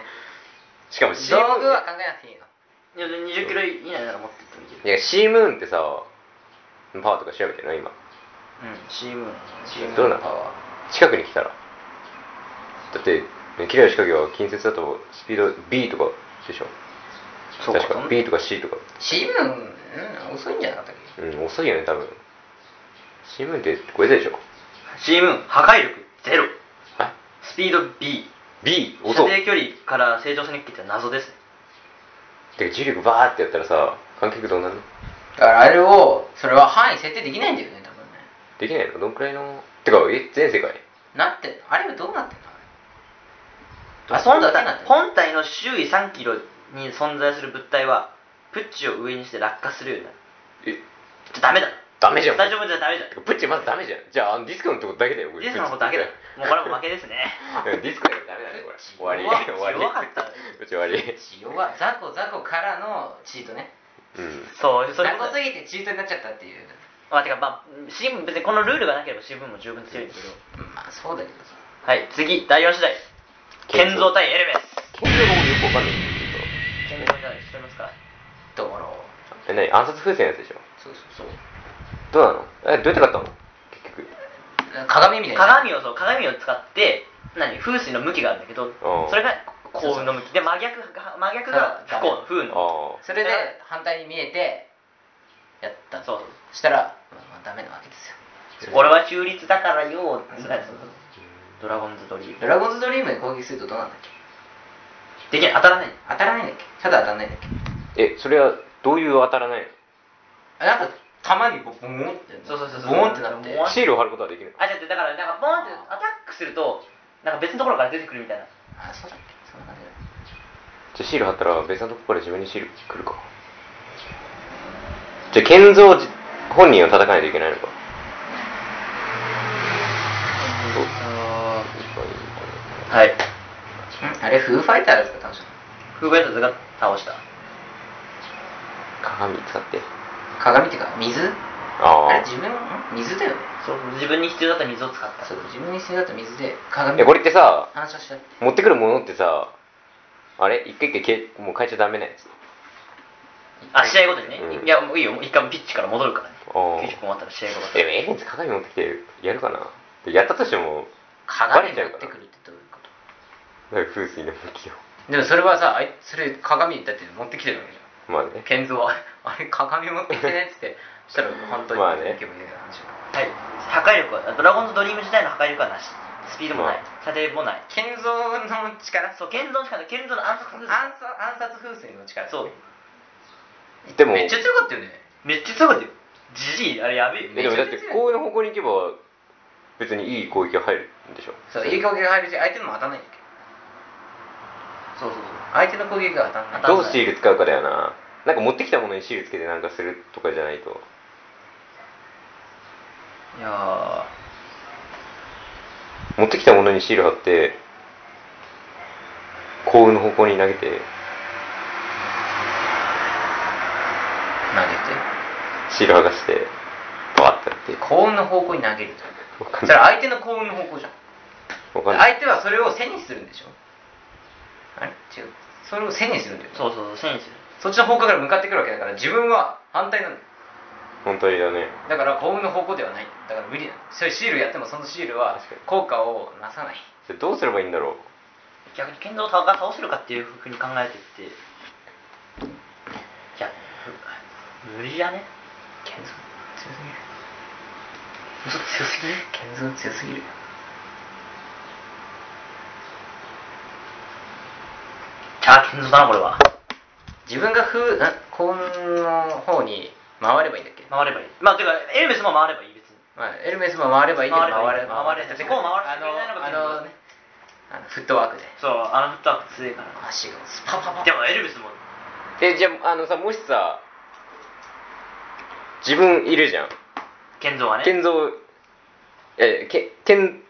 [SPEAKER 3] しかも シー
[SPEAKER 1] 道
[SPEAKER 3] ム
[SPEAKER 1] 具
[SPEAKER 3] ーン
[SPEAKER 1] は考えなくていいの
[SPEAKER 2] 20キロ以内なら持ってってもいけ
[SPEAKER 3] い
[SPEAKER 2] る
[SPEAKER 3] やシームーンってさパワーとか調べてない今
[SPEAKER 2] うんシームーン
[SPEAKER 3] どうなの近くに来たらだって、ね、キラの仕掛けは近接だとスピード B とかでしょ
[SPEAKER 2] そうか
[SPEAKER 3] 確
[SPEAKER 2] そ
[SPEAKER 3] か
[SPEAKER 2] ん
[SPEAKER 3] B とか C とか
[SPEAKER 1] シームーンうん遅いんじゃなかったっけ
[SPEAKER 3] うん遅いよね多分シームーンってこれでしょ
[SPEAKER 2] シームーン破壊力ゼロ
[SPEAKER 3] あ
[SPEAKER 2] スピード B
[SPEAKER 3] B
[SPEAKER 2] 射
[SPEAKER 3] 遅
[SPEAKER 2] 程
[SPEAKER 3] っ
[SPEAKER 2] 距離から正常射に切っては謎ですね
[SPEAKER 3] てか重力バーってやったらさ観客どうなるの
[SPEAKER 1] だからあれをそれは範囲設定できないんだよね多分ね
[SPEAKER 3] できないのどんくらいのてかえ全世界
[SPEAKER 1] なってんのあれはどうなってんの
[SPEAKER 2] あ
[SPEAKER 1] あ
[SPEAKER 2] そ
[SPEAKER 1] そ
[SPEAKER 2] ん
[SPEAKER 1] ん
[SPEAKER 2] な
[SPEAKER 1] なことなかった
[SPEAKER 2] 本体の周囲3キロに存在する物体はプッチを上にして落下するようになる
[SPEAKER 3] え
[SPEAKER 2] ちょダメだ
[SPEAKER 3] ダメじゃん
[SPEAKER 2] スタジオじゃダメじゃん
[SPEAKER 3] てかプッチまずダメじゃんじゃああのディスコのとこだけだよ
[SPEAKER 2] リスのことだけだよもうこれはもう負けですね
[SPEAKER 3] うんディスコだよダメだね これ終わり
[SPEAKER 1] 弱 っ
[SPEAKER 3] 終わり
[SPEAKER 2] 弱かった
[SPEAKER 3] プ ッチ終わり
[SPEAKER 1] 要は雑魚雑魚からのチートね
[SPEAKER 3] うん
[SPEAKER 2] そうそ
[SPEAKER 1] 雑
[SPEAKER 2] ういうこ
[SPEAKER 1] 魚
[SPEAKER 2] と
[SPEAKER 1] すぎてチートになっちゃったっていう
[SPEAKER 2] まあてかまあ新聞別にこのルールがなければ新聞も十分強いんだけど
[SPEAKER 1] まあそうだけどさ
[SPEAKER 2] はい次第4次第建造対エルメス
[SPEAKER 3] 建造がもうよくわかんない
[SPEAKER 2] 建造じゃない知ってますか
[SPEAKER 1] だから
[SPEAKER 3] え何暗殺風船のやつでしょ
[SPEAKER 1] そうそうそう
[SPEAKER 3] どうなのえどうやって買ったの結局
[SPEAKER 1] 鏡みたいな
[SPEAKER 2] 鏡をそう鏡を使って何風水の向きがあるんだけど
[SPEAKER 3] ああ
[SPEAKER 2] それが幸運の向きで真逆が真逆が不幸の不運の
[SPEAKER 3] あ
[SPEAKER 1] それで反対に見えてやった
[SPEAKER 2] そう
[SPEAKER 1] したら、まあ、まあダメなわけですよ
[SPEAKER 2] 俺は中立だからよ
[SPEAKER 1] そうそう
[SPEAKER 2] ドラゴンズドリーム
[SPEAKER 1] ドラゴンズドリームで攻撃するとどうなんだっけ
[SPEAKER 2] できない当たらない
[SPEAKER 1] 当たらないんだっけただ当たらないんだっけ
[SPEAKER 3] えそれはどういう当たらない
[SPEAKER 1] あなんか弾にこうボーンって
[SPEAKER 2] そうそうそうそう
[SPEAKER 1] ボーンってなって
[SPEAKER 2] ボーン
[SPEAKER 3] のシールを貼ることはできるの
[SPEAKER 2] あじゃあだからなんかボーンってアタックするとなんか別のところから出てくるみたいな
[SPEAKER 1] あそうだっけそんな感じだ
[SPEAKER 3] じゃあシール貼ったら別のとこから自分にシール来るかじゃあ建造自本人を叩かないといけないのかそう
[SPEAKER 2] はい
[SPEAKER 1] んあれフーファイターですか楽し
[SPEAKER 2] フーガイターズが倒した
[SPEAKER 3] 鏡使って
[SPEAKER 1] 鏡っていうか水
[SPEAKER 3] あ
[SPEAKER 1] あれ
[SPEAKER 3] あ
[SPEAKER 1] 自分ん水だよね
[SPEAKER 2] そうそう自分に必要だった水を使った
[SPEAKER 1] そう自分に必要だった水で鏡
[SPEAKER 3] えこれってさ
[SPEAKER 1] 反射しちゃって
[SPEAKER 3] 持ってくるものってさあれ一回一回けもう変えちゃダメなやつ
[SPEAKER 2] あ試合ごとにね、
[SPEAKER 3] う
[SPEAKER 2] い
[SPEAKER 3] ん
[SPEAKER 2] やもういいよもう一回もピッチから戻るからね
[SPEAKER 3] あー
[SPEAKER 2] 90分終わったら試合ごと
[SPEAKER 3] えでもエレンズ鏡持ってきてやるかなやったとしても
[SPEAKER 1] 鏡
[SPEAKER 3] バレちゃ
[SPEAKER 1] 持
[SPEAKER 3] うか
[SPEAKER 1] っ
[SPEAKER 3] ら
[SPEAKER 1] てくるってどういうこ
[SPEAKER 3] な
[SPEAKER 1] と
[SPEAKER 3] んか風水の向きを
[SPEAKER 1] でもそれはさあいそれ鏡だって持ってきてるわけじゃん
[SPEAKER 3] まあね
[SPEAKER 1] ケンゾは 「あれ鏡持ってきてね」っつってそしたら本当に
[SPEAKER 3] まあね
[SPEAKER 1] 行けばいいな話が
[SPEAKER 2] はい破壊力はドラゴンズドリーム時代の破壊力はなしスピードもない
[SPEAKER 3] ま
[SPEAKER 2] 射程もない
[SPEAKER 1] ケンゾーの力
[SPEAKER 2] そう建造の力建造の暗殺
[SPEAKER 1] 暗殺暗殺風船の力
[SPEAKER 2] そう
[SPEAKER 3] でも
[SPEAKER 1] めっちゃ強かったよね
[SPEAKER 2] めっちゃ強かったよジジイあれやべえよ
[SPEAKER 3] えでもだってこういう方向に行けば別にいい攻撃が入るんでしょ
[SPEAKER 1] そういい攻撃が入るし相手のも当たらないんだけど
[SPEAKER 2] そうそうそう
[SPEAKER 1] 相手の攻撃が当たらない
[SPEAKER 2] 当たん
[SPEAKER 3] どうシール使うかだよななんか持ってきたものにシールつけてなんかするとかじゃないと
[SPEAKER 2] いやー
[SPEAKER 3] 持ってきたものにシール貼って幸運の方向に投げて
[SPEAKER 1] 投げ
[SPEAKER 3] シール剥がしてバーってやって
[SPEAKER 1] て幸運の方向に投げる
[SPEAKER 3] わか
[SPEAKER 1] そ
[SPEAKER 3] ん
[SPEAKER 1] れ
[SPEAKER 3] ない
[SPEAKER 1] 相手の幸運の方向じゃん
[SPEAKER 3] わかんない
[SPEAKER 1] 相手はそれを背にするんでしょあれ違うそれを背にするんだよね
[SPEAKER 2] そうそうそう選手
[SPEAKER 1] そっちの方向から向かってくるわけだから自分は反対なんだよ
[SPEAKER 3] 本当にだね
[SPEAKER 1] だから幸運の方向ではないだから無理なのそういうシールやってもそのシールは
[SPEAKER 3] 確かに
[SPEAKER 1] 効果をなさない
[SPEAKER 3] それどうすればいいんだろう
[SPEAKER 2] 逆に剣道が倒せるかっていうふうに考えていっていや無理やね
[SPEAKER 1] 建造強すぎる
[SPEAKER 2] 嘘強すぎね
[SPEAKER 1] 建造強すぎる
[SPEAKER 2] じゃあ剣道だなこれは
[SPEAKER 1] 自分が風ん幸運の方に回ればいいんだっけ、
[SPEAKER 2] 回ればいいまあてかエルメスも回ればいい別に
[SPEAKER 1] まあ、エルメスも回ればいいけど
[SPEAKER 2] 回ればいい回
[SPEAKER 1] れ
[SPEAKER 2] れだってこう回ら
[SPEAKER 1] あ
[SPEAKER 2] せてくれないのが
[SPEAKER 1] のあのねあのフットワークで
[SPEAKER 2] そうあのフットワーク強いから
[SPEAKER 1] 足をスパパパ
[SPEAKER 2] でもエルメスも
[SPEAKER 3] えじゃああのさもしさ自分いるじゃん
[SPEAKER 2] 剣道はね
[SPEAKER 3] 建造えけ建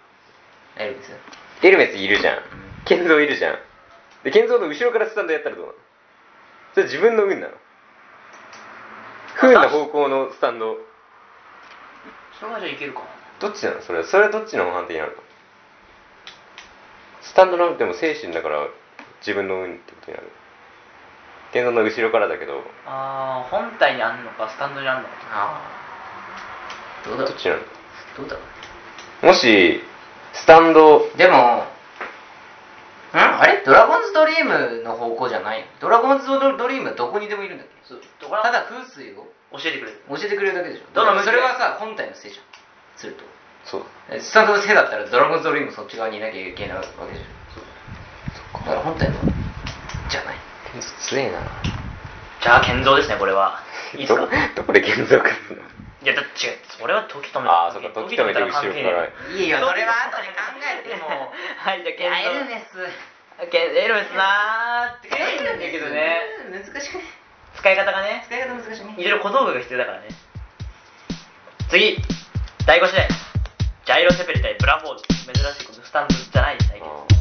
[SPEAKER 1] エルメス
[SPEAKER 3] エルメスいるじゃん建造いるじゃんで建造の後ろからスタンドやったらどうなのそれ自分の運なの不運な方向のスタンド
[SPEAKER 2] それはじゃあいけるか
[SPEAKER 3] どっちなのそれそれはどっちの判定になるのスタンドなんてもう精神だから自分の運ってことになる建造の後ろからだけど
[SPEAKER 2] ああ本体にあんのかスタンドにあんのか
[SPEAKER 1] ああどう
[SPEAKER 3] ど
[SPEAKER 1] だ
[SPEAKER 3] っ
[SPEAKER 1] ろう
[SPEAKER 3] ちなの
[SPEAKER 1] どうだろ
[SPEAKER 3] もしスタンド
[SPEAKER 1] うでもんあれドラゴンズドリームの方向じゃないのドラゴンズドリームはどこにでもいるんだっけ
[SPEAKER 2] そう
[SPEAKER 1] ただ風水を
[SPEAKER 2] 教えてくれる
[SPEAKER 1] 教えてくれるだけでしょ
[SPEAKER 2] どの向き
[SPEAKER 1] それはさ本体のせいじゃんすると
[SPEAKER 3] そう
[SPEAKER 1] えスタンドのせいだったらドラゴンズドリームそっち側にいなきゃいけないわけじゃんだから本体のじゃない
[SPEAKER 3] 建造強えな
[SPEAKER 2] じゃあ剣道ですねこれ はいいです
[SPEAKER 3] ど
[SPEAKER 2] か
[SPEAKER 3] どこで建造かすの
[SPEAKER 2] いやだって違うそれは時止め
[SPEAKER 3] ああそっか時止めて後ろ
[SPEAKER 2] 関係ねえ
[SPEAKER 3] から
[SPEAKER 1] いいよそれは後で考えても
[SPEAKER 2] はいじゃあ
[SPEAKER 1] いやエル
[SPEAKER 2] 剣道
[SPEAKER 1] メス
[SPEAKER 2] けエルメスなーって書いてるんだけどね
[SPEAKER 1] エルメス難しくね
[SPEAKER 2] 使い方がね
[SPEAKER 1] 使い方難しくね
[SPEAKER 2] いろいろ小道具が必要だからね次第5試合ジャイロセペリ対ブラフォード珍しいこのスタンドじゃないですね
[SPEAKER 3] あー